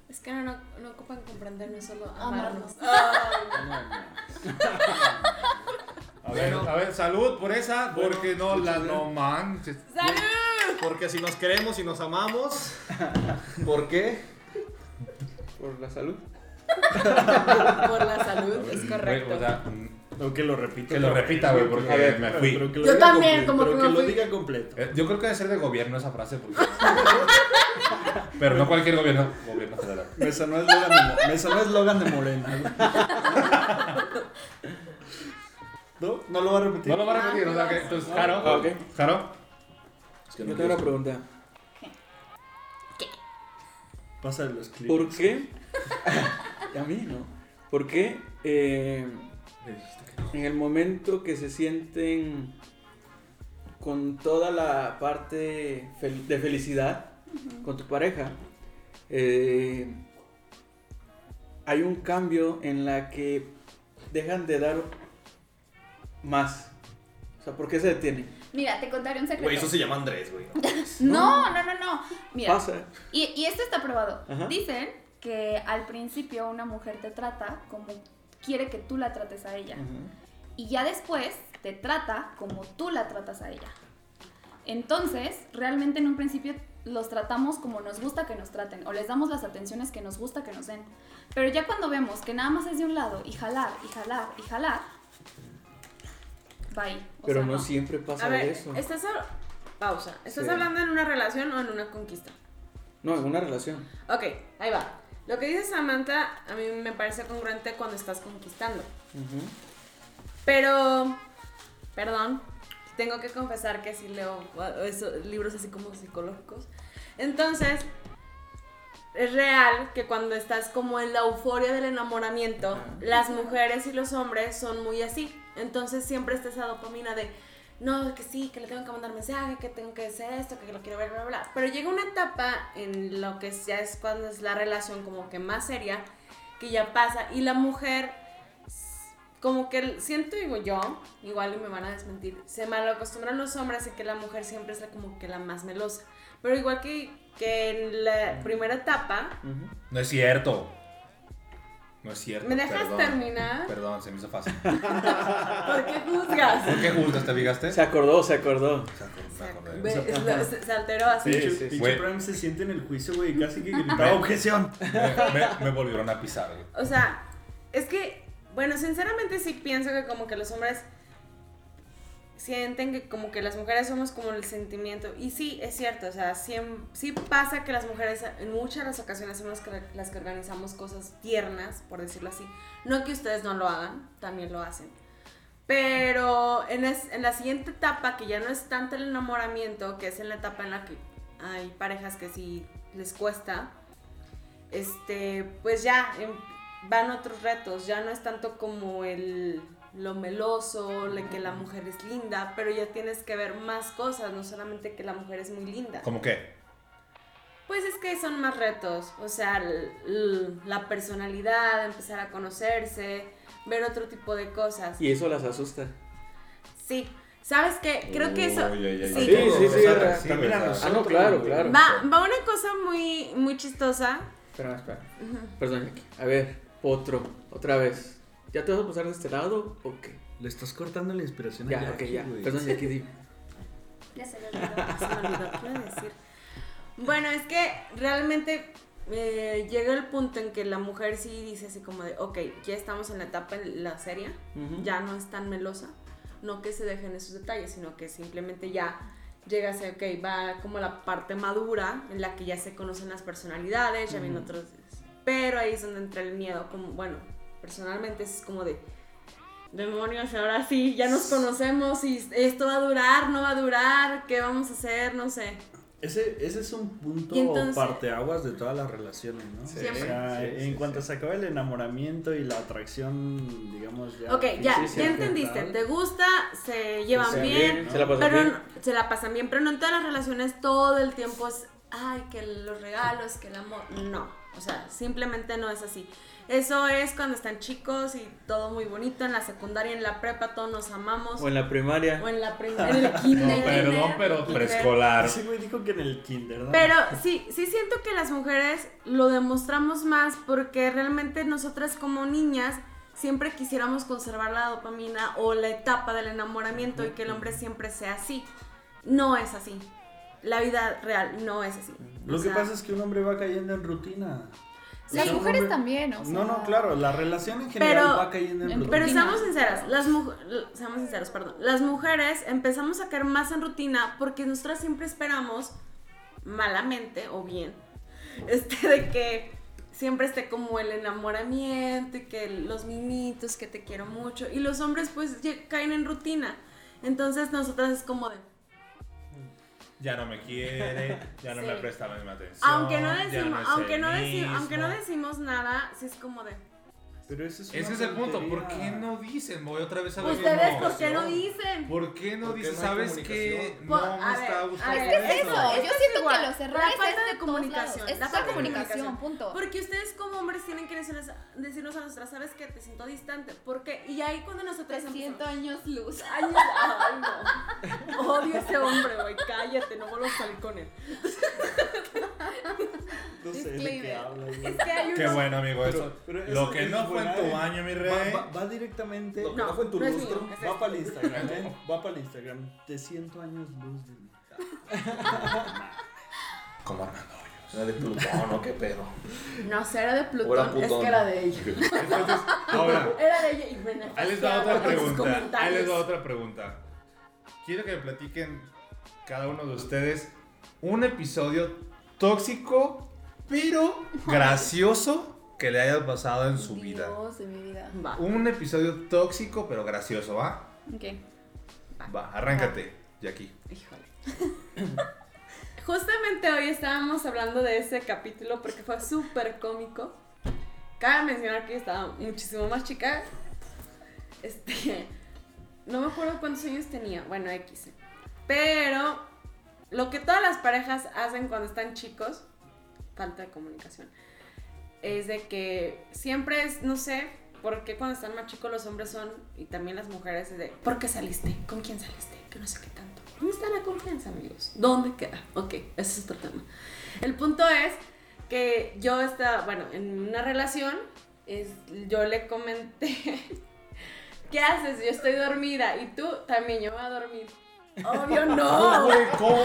[SPEAKER 4] Es que no, no, no ocupan comprendernos, solo
[SPEAKER 3] Amarnos.
[SPEAKER 4] amarnos.
[SPEAKER 1] A ver, a ver, salud por esa, porque no la no manches.
[SPEAKER 7] Porque si nos queremos y nos amamos,
[SPEAKER 6] ¿Por qué?
[SPEAKER 5] ¿Por la salud?
[SPEAKER 4] Por la salud,
[SPEAKER 1] Güey,
[SPEAKER 4] es correcto.
[SPEAKER 1] o sea, mm,
[SPEAKER 2] O que lo repita.
[SPEAKER 1] que lo
[SPEAKER 2] otra
[SPEAKER 1] repita,
[SPEAKER 2] vez.
[SPEAKER 1] güey, porque
[SPEAKER 5] A ver,
[SPEAKER 1] me
[SPEAKER 2] Pero-
[SPEAKER 1] fui.
[SPEAKER 2] pero que lo
[SPEAKER 3] Yo
[SPEAKER 2] diga completo,
[SPEAKER 3] también, como
[SPEAKER 2] pero
[SPEAKER 3] que
[SPEAKER 2] que
[SPEAKER 3] me
[SPEAKER 2] lo
[SPEAKER 3] fui.
[SPEAKER 2] diga completo.
[SPEAKER 1] Eh, Yo creo que debe ser de gobierno esa frase, porque... Pero no cualquier gobierno, gobierno federal.
[SPEAKER 2] Me sonó eslogan de, Mo- me sonó eslogan de Morena. güey. ¿No? ¿No lo va a repetir?
[SPEAKER 1] No lo
[SPEAKER 4] Ah,
[SPEAKER 1] va a repetir, o sea que, entonces, Jaro,
[SPEAKER 5] Ah, ok.
[SPEAKER 1] Jaro,
[SPEAKER 6] Es
[SPEAKER 5] Yo tengo una pregunta.
[SPEAKER 2] Pasa los clips.
[SPEAKER 5] ¿Por qué? A mí no. ¿Por qué eh, en el momento que se sienten con toda la parte fel- de felicidad con tu pareja, eh, hay un cambio en la que dejan de dar más? O sea, ¿por qué se detienen?
[SPEAKER 3] Mira, te contaré un secreto.
[SPEAKER 6] Güey, eso se llama Andrés, güey.
[SPEAKER 3] No, no, no, no. Mira,
[SPEAKER 5] Pasa.
[SPEAKER 3] y, y esto está probado.
[SPEAKER 5] Ajá.
[SPEAKER 3] Dicen que al principio una mujer te trata como quiere que tú la trates a ella.
[SPEAKER 5] Ajá.
[SPEAKER 3] y ya después te trata como tú la tratas a ella. Entonces, realmente en un principio los tratamos como nos gusta que nos traten o les damos las atenciones que nos gusta que nos den. Pero ya cuando vemos que nada más es de un lado y jalar y jalar y jalar, bye. O
[SPEAKER 5] Pero
[SPEAKER 3] sea,
[SPEAKER 5] no siempre pasa
[SPEAKER 4] A ver,
[SPEAKER 5] eso.
[SPEAKER 4] estás a- pausa. ¿Estás
[SPEAKER 5] Sí.
[SPEAKER 4] hablando en una relación o en una conquista?
[SPEAKER 5] No, en una relación.
[SPEAKER 4] Ok, ahí va. Lo que dice Samantha a mí me parece congruente cuando estás conquistando.
[SPEAKER 5] Ujú.
[SPEAKER 4] Pero, perdón, tengo que confesar que sí leo uh, eso- libros así como psicológicos. Entonces, es real que cuando estás como en la euforia del enamoramiento, las mujeres y los hombres son muy así. Entonces siempre está esa dopamina de, no, que sí, que le tengo que mandar mensaje, que tengo que hacer esto, que lo quiero ver, bla, bla, bla. Pero llega una etapa en lo que ya es cuando es la relación como que más seria, que ya pasa. Y la mujer, s- como que siento, digo yo, igual y me van a desmentir, se mal acostumbran los hombres y que la mujer siempre es la, como que la más melosa. Pero igual que, que en la primera etapa,
[SPEAKER 1] No es cierto. No es cierto.
[SPEAKER 4] ¿Me dejas
[SPEAKER 1] perdón.
[SPEAKER 4] terminar?
[SPEAKER 1] Perdón, se me hizo fácil.
[SPEAKER 4] ¿por qué juzgas?
[SPEAKER 1] ¿Por qué juzgas? ¿Te fijaste?
[SPEAKER 5] Se acordó, se acordó.
[SPEAKER 1] Me acordé.
[SPEAKER 4] Ve, es lo- se, se alteró así.
[SPEAKER 5] Sí,
[SPEAKER 2] Pinche-
[SPEAKER 5] sí, Ah, sí.
[SPEAKER 2] pinche
[SPEAKER 1] Güey.
[SPEAKER 2] Prime se siente en el juicio, güey, y casi que gritaba objeción.
[SPEAKER 1] Me, me- me volvieron a pisar, güey.
[SPEAKER 4] O sea, es que, bueno, sinceramente sí pienso que como que los hombres sienten que como que las mujeres somos como el sentimiento. Y sí, es cierto, o sea, sí, sí pasa que las mujeres en muchas de las ocasiones son las que, las que organizamos cosas tiernas, por decirlo así. No que ustedes no lo hagan, también lo hacen. Pero en, es- en la siguiente etapa, que ya no es tanto el enamoramiento, que es en la etapa en la que hay parejas que sí les cuesta, este, pues ya em, van otros retos, ya no es tanto como el lo meloso, la que la mujer es linda, pero ya tienes que ver más cosas, no solamente que la mujer es muy linda.
[SPEAKER 1] ¿Cómo qué?
[SPEAKER 4] Pues es que son más retos, o sea, l- l- la personalidad, empezar a conocerse, ver otro tipo de cosas.
[SPEAKER 5] Y eso las asusta.
[SPEAKER 4] Sí, ¿sabes qué? Creo que eso...
[SPEAKER 1] Uy, uy, uy,
[SPEAKER 4] sí.
[SPEAKER 1] uy.
[SPEAKER 5] Sí, sí, sí,
[SPEAKER 1] O sea,
[SPEAKER 5] sí,
[SPEAKER 1] también a
[SPEAKER 6] verdad.
[SPEAKER 5] Ah,
[SPEAKER 1] nosotros,
[SPEAKER 5] no, claro,
[SPEAKER 1] güey.
[SPEAKER 5] claro.
[SPEAKER 4] Va, va una cosa muy, muy chistosa.
[SPEAKER 5] Espera, espera. Perdón, Jackie. A ver, otro, otra vez. ¿Ya te vas a pasar de este lado o qué?
[SPEAKER 2] Le estás cortando la inspiración
[SPEAKER 5] Ya,
[SPEAKER 2] a
[SPEAKER 5] ok,
[SPEAKER 2] Jackie,
[SPEAKER 5] ya.
[SPEAKER 2] güey.
[SPEAKER 5] Perdón, Jackie, di.
[SPEAKER 3] Ya se me olvidó.
[SPEAKER 4] Se me olvidó qué iba a decir. Bueno, es que realmente eh, llega el punto en que la mujer sí dice así como de, ok, ya estamos en la etapa en la serie,
[SPEAKER 5] Ujú.
[SPEAKER 4] ya no es tan melosa, no que se dejen esos detalles, sino que simplemente ya llega a ser, ok, va como la parte madura en la que ya se conocen las personalidades, ya vienen
[SPEAKER 5] Ujú.
[SPEAKER 4] otros... Pero ahí es donde entra el miedo, como, bueno, personalmente es como de, demonios, ahora sí, ya nos conocemos y esto va a durar, no va a durar, ¿qué vamos a hacer? No sé.
[SPEAKER 2] Ese, ese es un punto
[SPEAKER 4] Y entonces-
[SPEAKER 2] parteaguas de todas las relaciones, ¿no?
[SPEAKER 6] Sí,
[SPEAKER 2] o sea,
[SPEAKER 6] sí, sí,
[SPEAKER 2] en
[SPEAKER 6] sí.
[SPEAKER 2] cuanto se acaba el enamoramiento y la atracción, digamos, ya.
[SPEAKER 4] ok, ya,
[SPEAKER 5] sí, sí,
[SPEAKER 4] ya
[SPEAKER 5] sí,
[SPEAKER 4] entendiste, te gusta, se llevan
[SPEAKER 5] Se
[SPEAKER 4] bien,
[SPEAKER 5] bien, se la pasan
[SPEAKER 4] pero
[SPEAKER 5] bien.
[SPEAKER 4] no- se la pasan bien, pero no en todas las relaciones todo el tiempo es, ay, que los regalos, que el amor, no, o sea, simplemente no es así. Eso es cuando están chicos y todo muy bonito, en la secundaria, en la prepa, todos nos amamos,
[SPEAKER 5] O en la primaria.
[SPEAKER 4] o en la prim- en el kinder.
[SPEAKER 1] No, perdón, pero
[SPEAKER 4] Kinder.
[SPEAKER 1] preescolar.
[SPEAKER 2] Ese güey dijo que en el kinder, ¿no?
[SPEAKER 4] Pero sí, sí siento que las mujeres lo demostramos más porque realmente nosotras como niñas siempre quisiéramos conservar la dopamina o la etapa del enamoramiento y que el hombre siempre sea así. No es así. La vida real no es así.
[SPEAKER 2] Lo
[SPEAKER 4] O
[SPEAKER 2] que
[SPEAKER 4] sea,
[SPEAKER 2] pasa es que un hombre va cayendo en rutina. O sea,
[SPEAKER 3] Las
[SPEAKER 2] un
[SPEAKER 3] mujeres
[SPEAKER 2] hombre-
[SPEAKER 3] también, o sea.
[SPEAKER 2] No, no, claro, la relación en
[SPEAKER 4] Pero-
[SPEAKER 2] general va cayendo en,
[SPEAKER 3] en-
[SPEAKER 2] rutina.
[SPEAKER 4] Pero
[SPEAKER 3] rutina.
[SPEAKER 4] seamos sinceras, las mu- l- seamos sinceros, perdón. Las mujeres empezamos a caer más en rutina porque nosotras siempre esperamos, malamente o bien, este de que siempre esté como el enamoramiento y que los mimitos, que te quiero mucho. Y los hombres pues ya caen en rutina. Entonces nosotras es como de...
[SPEAKER 1] Ya no me quiere, ya no
[SPEAKER 4] Sí.
[SPEAKER 1] me presta la misma atención.
[SPEAKER 4] Aunque no
[SPEAKER 1] ya
[SPEAKER 4] decimos,
[SPEAKER 1] es
[SPEAKER 4] aunque,
[SPEAKER 1] el
[SPEAKER 4] no deci-
[SPEAKER 1] mismo.
[SPEAKER 4] aunque no decimos nada, sí es como de...
[SPEAKER 2] Pero ese es,
[SPEAKER 1] Ese
[SPEAKER 2] una
[SPEAKER 1] es el punto. ¿Por
[SPEAKER 2] tontería.
[SPEAKER 1] qué no dicen? Voy otra vez a la
[SPEAKER 4] ¿Ustedes
[SPEAKER 1] misma
[SPEAKER 4] por qué no
[SPEAKER 1] oración.
[SPEAKER 4] dicen?
[SPEAKER 1] ¿Por qué no
[SPEAKER 6] ¿Por qué
[SPEAKER 1] dices?
[SPEAKER 6] no hay
[SPEAKER 1] ¿Sabes qué?
[SPEAKER 6] comunicación?
[SPEAKER 1] No
[SPEAKER 4] Por- a
[SPEAKER 1] me está
[SPEAKER 4] ver,
[SPEAKER 1] gustando.
[SPEAKER 4] a ver,
[SPEAKER 3] Es que es eso,
[SPEAKER 4] Esto
[SPEAKER 3] yo
[SPEAKER 4] es
[SPEAKER 3] siento
[SPEAKER 4] igual,
[SPEAKER 3] que los errores
[SPEAKER 4] la falta
[SPEAKER 3] es
[SPEAKER 4] de
[SPEAKER 3] de,
[SPEAKER 4] comunicación,
[SPEAKER 3] comunicación, es
[SPEAKER 4] la
[SPEAKER 3] la
[SPEAKER 4] falta de comunicación.
[SPEAKER 3] comunicación, punto.
[SPEAKER 4] Porque ustedes como hombres tienen que decirnos, decirnos a nosotras, ¿sabes qué? Te siento distante. ¿Por qué? Y ahí cuando nosotras empezamos-
[SPEAKER 3] 300 años luz.
[SPEAKER 4] Ay, no, ay, no. Odio a ese hombre, güey. Cállate, no vuelvo a salir con él.
[SPEAKER 2] No sé de qué
[SPEAKER 3] Disclaimer.
[SPEAKER 2] habla, güey.
[SPEAKER 4] Es que hay uno...
[SPEAKER 1] Qué bueno, amigo,
[SPEAKER 2] Pero-
[SPEAKER 1] eso.
[SPEAKER 2] pero
[SPEAKER 1] lo
[SPEAKER 2] eso
[SPEAKER 1] que
[SPEAKER 2] es
[SPEAKER 1] no fue en
[SPEAKER 2] buena,
[SPEAKER 1] tu
[SPEAKER 2] eh.
[SPEAKER 1] baño, mi
[SPEAKER 2] Va,
[SPEAKER 1] rey.
[SPEAKER 2] va- va directamente.
[SPEAKER 6] Lo que no,
[SPEAKER 4] No,
[SPEAKER 6] fue en tu
[SPEAKER 4] no es
[SPEAKER 6] lustro.
[SPEAKER 4] mío, es
[SPEAKER 2] Va
[SPEAKER 4] este.
[SPEAKER 2] para el Instagram, ¿eh? Va para el Instagram. Te siento años luz de mí.
[SPEAKER 1] Como Armando Hoyos.
[SPEAKER 6] La de Plutón, ¿no? ¿Qué pedo?
[SPEAKER 4] No, si era de
[SPEAKER 6] O era
[SPEAKER 4] Plutón, es
[SPEAKER 6] Plutón.
[SPEAKER 4] que era de ella.
[SPEAKER 1] Entonces, ahora,
[SPEAKER 4] Era de ella y bueno,
[SPEAKER 1] ahí les va otra
[SPEAKER 4] con sus
[SPEAKER 1] pregunta. Ahí les va
[SPEAKER 4] comentarios.
[SPEAKER 1] otra pregunta. Quiero que me platiquen cada uno de ustedes un episodio tóxico, pero gracioso que que le haya pasado en su vida.
[SPEAKER 3] Dios de mi vida.
[SPEAKER 4] Va.
[SPEAKER 1] Un episodio tóxico pero gracioso, ¿va?
[SPEAKER 3] Ok.
[SPEAKER 1] Va, arráncate, Jackie.
[SPEAKER 4] Híjole. Justamente hoy estábamos hablando de ese capítulo porque fue súper cómico. Cabe mencionar que yo estaba muchísimo más chica. Este. No me acuerdo cuántos años tenía. Bueno, X. Pero lo que todas las parejas hacen cuando están chicos, falta de comunicación, es de que siempre es, no sé, por qué cuando están más chicos los hombres son, y también las mujeres, es de, ¿por qué saliste? ¿Con quién saliste? Que no sé qué tanto. ¿Dónde está la confianza, amigos? ¿Dónde queda? Ok, ese es otro tema. El punto es que yo estaba, bueno, en una relación, es, yo le comenté, ¿qué haces? Yo estoy dormida y tú también, yo me voy a dormir. Obvio no.
[SPEAKER 1] Ah, Güey, ¿Cómo,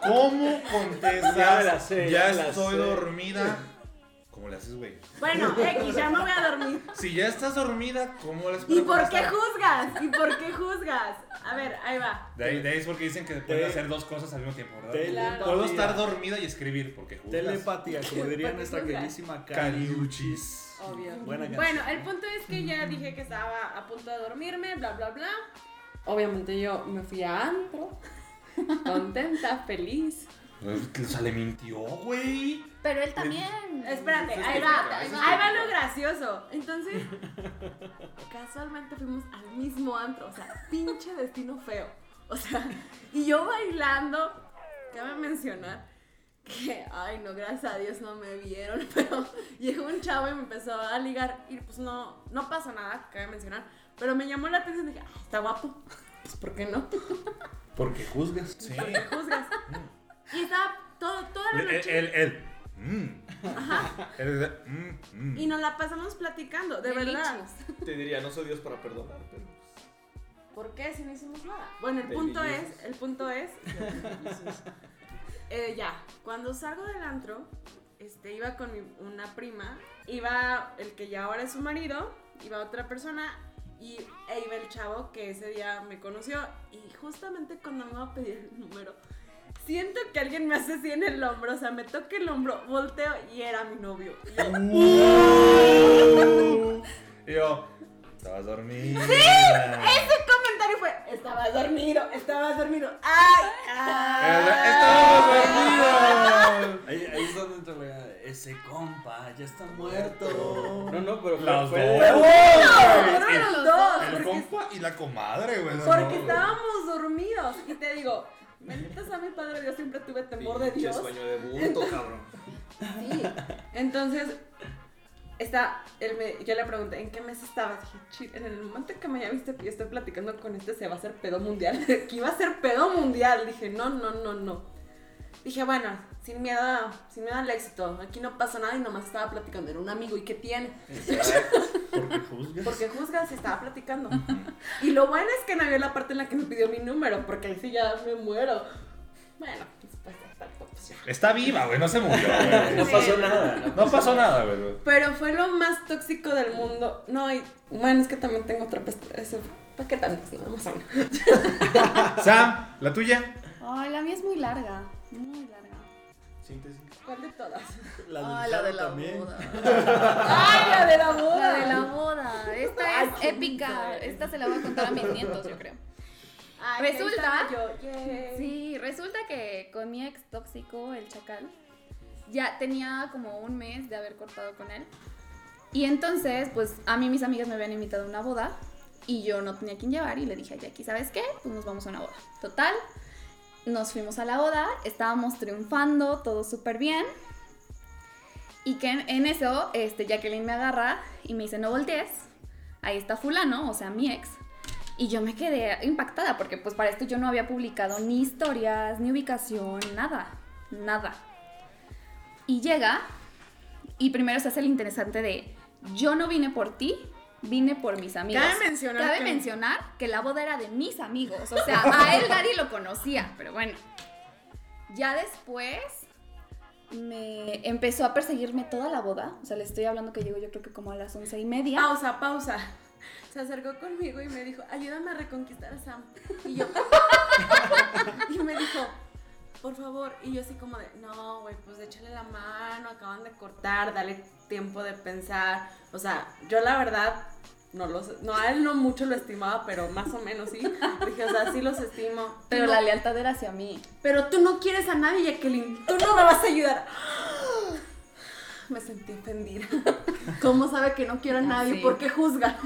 [SPEAKER 1] cómo contestas?
[SPEAKER 5] Ya me la sé,
[SPEAKER 1] "Ya
[SPEAKER 5] ya me la
[SPEAKER 1] estoy
[SPEAKER 5] sé".
[SPEAKER 1] dormida. ¿Cómo le haces, güey?
[SPEAKER 4] Bueno, X, ya me voy a dormir.
[SPEAKER 1] Si ya estás dormida, ¿cómo le haces?
[SPEAKER 4] ¿Y
[SPEAKER 1] para
[SPEAKER 4] por qué
[SPEAKER 1] contestar?
[SPEAKER 4] juzgas? ¿Y por qué juzgas? A ver, ahí va.
[SPEAKER 1] De ahí, de ahí es porque dicen que pueden
[SPEAKER 2] Te-
[SPEAKER 1] hacer dos cosas al mismo tiempo, ¿verdad?
[SPEAKER 2] te-
[SPEAKER 4] Claro.
[SPEAKER 1] Puedo estar dormida y escribir porque juzgas.
[SPEAKER 2] Telepatía, como diría
[SPEAKER 4] Telepatía.
[SPEAKER 2] nuestra queridísima
[SPEAKER 1] Caliuchis.
[SPEAKER 2] Caliuchis.
[SPEAKER 4] Obvio.
[SPEAKER 2] Buena canción.
[SPEAKER 4] Bueno, el punto es que ya dije que estaba a punto de dormirme, bla, bla, bla. Obviamente yo me fui a antro, contenta, feliz.
[SPEAKER 1] O sea, le mintió, güey.
[SPEAKER 3] Pero él también.
[SPEAKER 4] Espérate,
[SPEAKER 1] Eso
[SPEAKER 4] ahí
[SPEAKER 1] explica,
[SPEAKER 4] va, ahí
[SPEAKER 1] eso
[SPEAKER 4] va
[SPEAKER 1] explica.
[SPEAKER 4] lo gracioso. Entonces, casualmente fuimos al mismo antro, o sea, pinche destino feo. O sea, y yo bailando, cabe mencionar que, ay no, gracias a Dios no me vieron, pero llegó un chavo y me empezó a ligar y pues no, no pasa nada, cabe mencionar, pero me llamó la atención dije, "Ay, está guapo, pues ¿por qué no?
[SPEAKER 2] Porque juzgas.
[SPEAKER 1] Sí.
[SPEAKER 4] ¿Por qué juzgas? Y estaba todo, toda la
[SPEAKER 1] El,
[SPEAKER 4] noche...
[SPEAKER 1] el, el. mm. El de- mm, mm.
[SPEAKER 4] Y nos la pasamos platicando, de verdad.
[SPEAKER 3] lichis.
[SPEAKER 6] Te diría, no soy Dios para perdonar, pero.
[SPEAKER 4] ¿Por qué si no hicimos nada? Bueno, el
[SPEAKER 6] Baby
[SPEAKER 4] punto
[SPEAKER 6] Jesus.
[SPEAKER 4] es, el punto es, eh, ya, cuando salgo del antro, este, iba con mi- una prima, iba el que ya ahora es su marido, iba otra persona y e iba el chavo que ese día me conoció y justamente cuando me va a pedir el número, siento que alguien me hace así en el hombro, o sea, me toca el hombro, volteo y era mi novio. Y
[SPEAKER 1] Mm.
[SPEAKER 4] yo,
[SPEAKER 1] Y yo, estabas dormida.
[SPEAKER 4] comentario fue, estabas dormido, estabas dormido, ay, ay.
[SPEAKER 1] Estabas dormida.
[SPEAKER 2] Ahí, ahí es donde entra la- Ese compa ya está muerto.
[SPEAKER 5] No, no, pero fue-
[SPEAKER 1] Los
[SPEAKER 5] fue-
[SPEAKER 1] dos.
[SPEAKER 4] Fueron
[SPEAKER 1] El-
[SPEAKER 4] los dos,
[SPEAKER 1] El
[SPEAKER 4] porque
[SPEAKER 1] compa y la comadre, güey.
[SPEAKER 4] Porque estábamos dormidos. Y te digo, bendito sea mi Padre Dios, siempre tuve temor de
[SPEAKER 6] Pinche
[SPEAKER 4] Dios.
[SPEAKER 6] sueño de bulto, cabrón.
[SPEAKER 4] Sí. Entonces, está, él me- yo le pregunté, ¿en qué mes estabas? Dije, "Chi, en el momento que me viste que yo estoy platicando con este, se va a hacer pedo mundial. que iba a ser pedo mundial. Dije, no, no, no, no. Dije, bueno, sin miedo, sin miedo al éxito. Aquí no pasa nada y nomás estaba platicando. Era un amigo, ¿y qué tiene?
[SPEAKER 2] Porque juzgas.
[SPEAKER 4] Porque juzgas si estaba platicando. Y lo bueno es que no vio la parte en la que me pidió mi número, porque ahí sí ya me muero. Bueno, después de tanto, pues ya.
[SPEAKER 1] Está viva, güey. No se murió, güey.
[SPEAKER 5] No pasó nada.
[SPEAKER 1] No pasó nada, güey.
[SPEAKER 4] Pero fue lo más tóxico del mundo. No, y bueno, es que también tengo otra peste- ese- ¿Para qué tantos? Nada más una.
[SPEAKER 1] Sam, la tuya.
[SPEAKER 3] Ay, la mía es muy larga. Muy larga.
[SPEAKER 6] Síntesis.
[SPEAKER 4] ¿Cuál de todas?
[SPEAKER 2] Ah, La
[SPEAKER 3] Ay,
[SPEAKER 2] del Chavo también.
[SPEAKER 4] ¡Ay, la de la boda!
[SPEAKER 3] La de la boda. Esta es épica. Esta se la voy a contar a mis nietos, yo creo.
[SPEAKER 4] Ay, ahí
[SPEAKER 3] Resulta-
[SPEAKER 4] estaba Yo, yay.
[SPEAKER 3] Sí, resulta que con mi ex tóxico, el chacal, ya tenía como un mes de haber cortado con él. Y entonces, pues a mí mis amigas me habían invitado a una boda y yo no tenía quien llevar y le dije a Jackie, ¿sabes qué? Pues nos vamos a una boda. Total, nos fuimos a la boda, estábamos triunfando, todo súper bien. Y que en, en eso, este, Jacqueline me agarra y me dice, no voltees, ahí está fulano, o sea, mi ex. Y yo me quedé impactada porque pues para esto yo no había publicado ni historias, ni ubicación, nada, nada. Y llega y primero se hace el interesante de, yo no vine por ti, vine por mis amigos.
[SPEAKER 4] Cabe mencionar
[SPEAKER 3] Cabe
[SPEAKER 4] que-
[SPEAKER 3] mencionar que la boda era de mis amigos, o sea, a él nadie lo conocía, pero bueno. Ya después me empezó a perseguirme toda la boda, o sea, le estoy hablando que llegó yo creo que como a las once y media.
[SPEAKER 4] Pausa, pausa. Se acercó conmigo y me dijo, ayúdame a reconquistar a Sam. Y yo. y me dijo, por favor. Y yo así como de, no, güey, pues échale la mano, acaban de cortar, dale tiempo de pensar. O sea, yo la verdad, no los, no, a él no mucho lo estimaba, pero más o menos sí. Dije, o sea, sí los estimo.
[SPEAKER 3] Pero
[SPEAKER 4] Tú
[SPEAKER 3] la
[SPEAKER 4] no-
[SPEAKER 3] lealtad era hacia mí.
[SPEAKER 4] pero tú no quieres a nadie, Jacqueline. Tú no me vas a ayudar. Me sentí ofendida.
[SPEAKER 3] ¿Cómo sabe que no quiero a nadie?
[SPEAKER 4] Sí.
[SPEAKER 3] ¿Por qué juzga?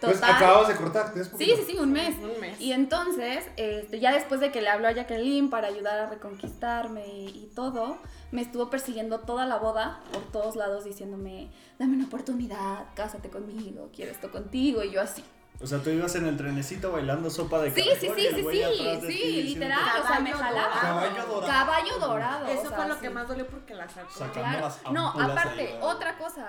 [SPEAKER 1] Pues acabamos de cortar. ¿tienes
[SPEAKER 3] Sí,
[SPEAKER 1] poquito?
[SPEAKER 3] sí, sí, un mes.
[SPEAKER 4] Un mes.
[SPEAKER 3] Y entonces, este, ya después de que le habló a Jacqueline para ayudar a reconquistarme y, y todo, me estuvo persiguiendo toda la boda por todos lados diciéndome, dame una oportunidad, cásate conmigo, quiero esto contigo y yo así.
[SPEAKER 2] O sea, tú ibas en el trenecito bailando sopa de
[SPEAKER 3] Sí, sí,
[SPEAKER 2] caracol y
[SPEAKER 3] sí,
[SPEAKER 2] el
[SPEAKER 3] sí,
[SPEAKER 2] güey atrás de ti
[SPEAKER 3] sí, sí,
[SPEAKER 2] diciéndote,
[SPEAKER 3] literal, o sea, me
[SPEAKER 4] Caballo
[SPEAKER 3] jalaba.
[SPEAKER 7] Caballo dorado.
[SPEAKER 3] Caballo dorado,
[SPEAKER 4] Eso
[SPEAKER 3] o sea,
[SPEAKER 4] fue lo que
[SPEAKER 3] sí.
[SPEAKER 4] más dolió porque la sacó.
[SPEAKER 7] Saca-
[SPEAKER 3] Claro.
[SPEAKER 7] Las
[SPEAKER 3] No,
[SPEAKER 7] ampulas
[SPEAKER 3] aparte,
[SPEAKER 7] ahí, ¿verdad?
[SPEAKER 3] otra cosa.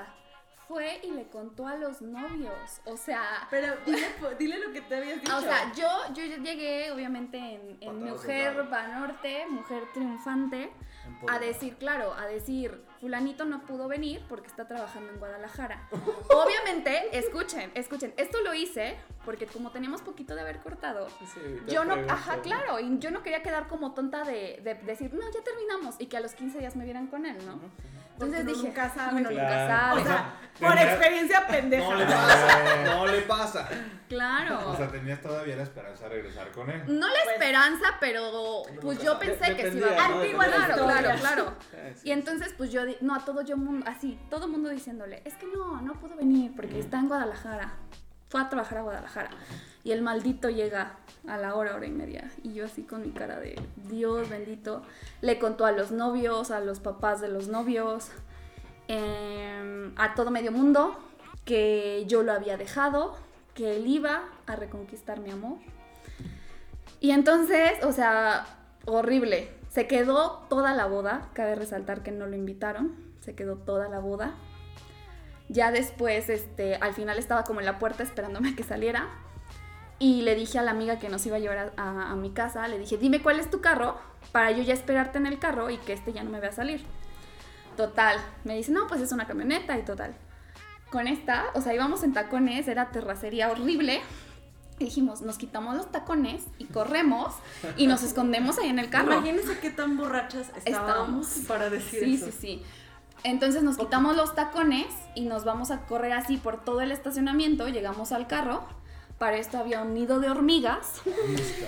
[SPEAKER 3] Fue y le contó a los novios. O sea,
[SPEAKER 4] Pero dile, po- dile lo que te habías dicho.
[SPEAKER 3] Ah, o sea, yo, yo llegué, obviamente, en, en
[SPEAKER 6] Patadas
[SPEAKER 3] Mujer
[SPEAKER 6] soldadas.
[SPEAKER 3] Banorte, Mujer Triunfante, a decir, claro, a decir, fulanito no pudo venir porque está trabajando en Guadalajara. obviamente, escuchen, escuchen, esto lo hice porque como teníamos poquito de haber cortado, yo no, ajá, claro, y yo no quería quedar como tonta de, de decir, no, ya terminamos, y que a los 15 días me vieran con él, ¿no?
[SPEAKER 4] Porque
[SPEAKER 3] Entonces
[SPEAKER 4] uno
[SPEAKER 3] dije,
[SPEAKER 4] nunca sabe.
[SPEAKER 3] uno nunca
[SPEAKER 2] Claro.
[SPEAKER 3] sabe.
[SPEAKER 4] O sea, por experiencia pendeja.
[SPEAKER 7] No le pasa, no le pasa.
[SPEAKER 3] claro.
[SPEAKER 1] O sea, tenías todavía la esperanza de regresar con él.
[SPEAKER 3] no la
[SPEAKER 4] pues,
[SPEAKER 3] esperanza, pero pues yo pensé que sí iba a
[SPEAKER 4] ¿no?
[SPEAKER 3] Antigua,
[SPEAKER 4] Dependía de
[SPEAKER 3] claro, claro,
[SPEAKER 4] la historia.
[SPEAKER 3] claro. Y entonces pues yo, di- no, a todo yo, mun- así, todo mundo diciéndole, es que no, no pudo venir porque está en Guadalajara. Fue a trabajar a Guadalajara. Y el maldito llega a la hora, hora y media. Y yo así con mi cara de Dios bendito. Le contó a los novios, a los papás de los novios, em, a todo medio mundo que yo lo había dejado, que él iba a reconquistar mi amor. Y entonces, o sea, horrible. Se quedó toda la boda. Cabe resaltar que no lo invitaron. Se quedó toda la boda. Ya después, este, al final estaba como en la puerta esperándome a que saliera. Y le dije a la amiga que nos iba a llevar a, a- a mi casa, le dije, dime cuál es tu carro para yo ya esperarte en el carro y que este ya no me vea salir. Total, me dice, no, pues es una camioneta y total. Con esta, o sea, íbamos en tacones, era terracería horrible. Y dijimos, nos quitamos los tacones y corremos y nos escondemos ahí en el carro.
[SPEAKER 4] Imagínense qué tan borrachas
[SPEAKER 3] Estábamos.
[SPEAKER 4] estábamos, para decir
[SPEAKER 3] Sí,
[SPEAKER 4] eso.
[SPEAKER 3] sí, sí. Entonces nos quitamos los tacones y nos vamos a correr así por todo el estacionamiento. Llegamos al carro. Para esto había un nido de hormigas.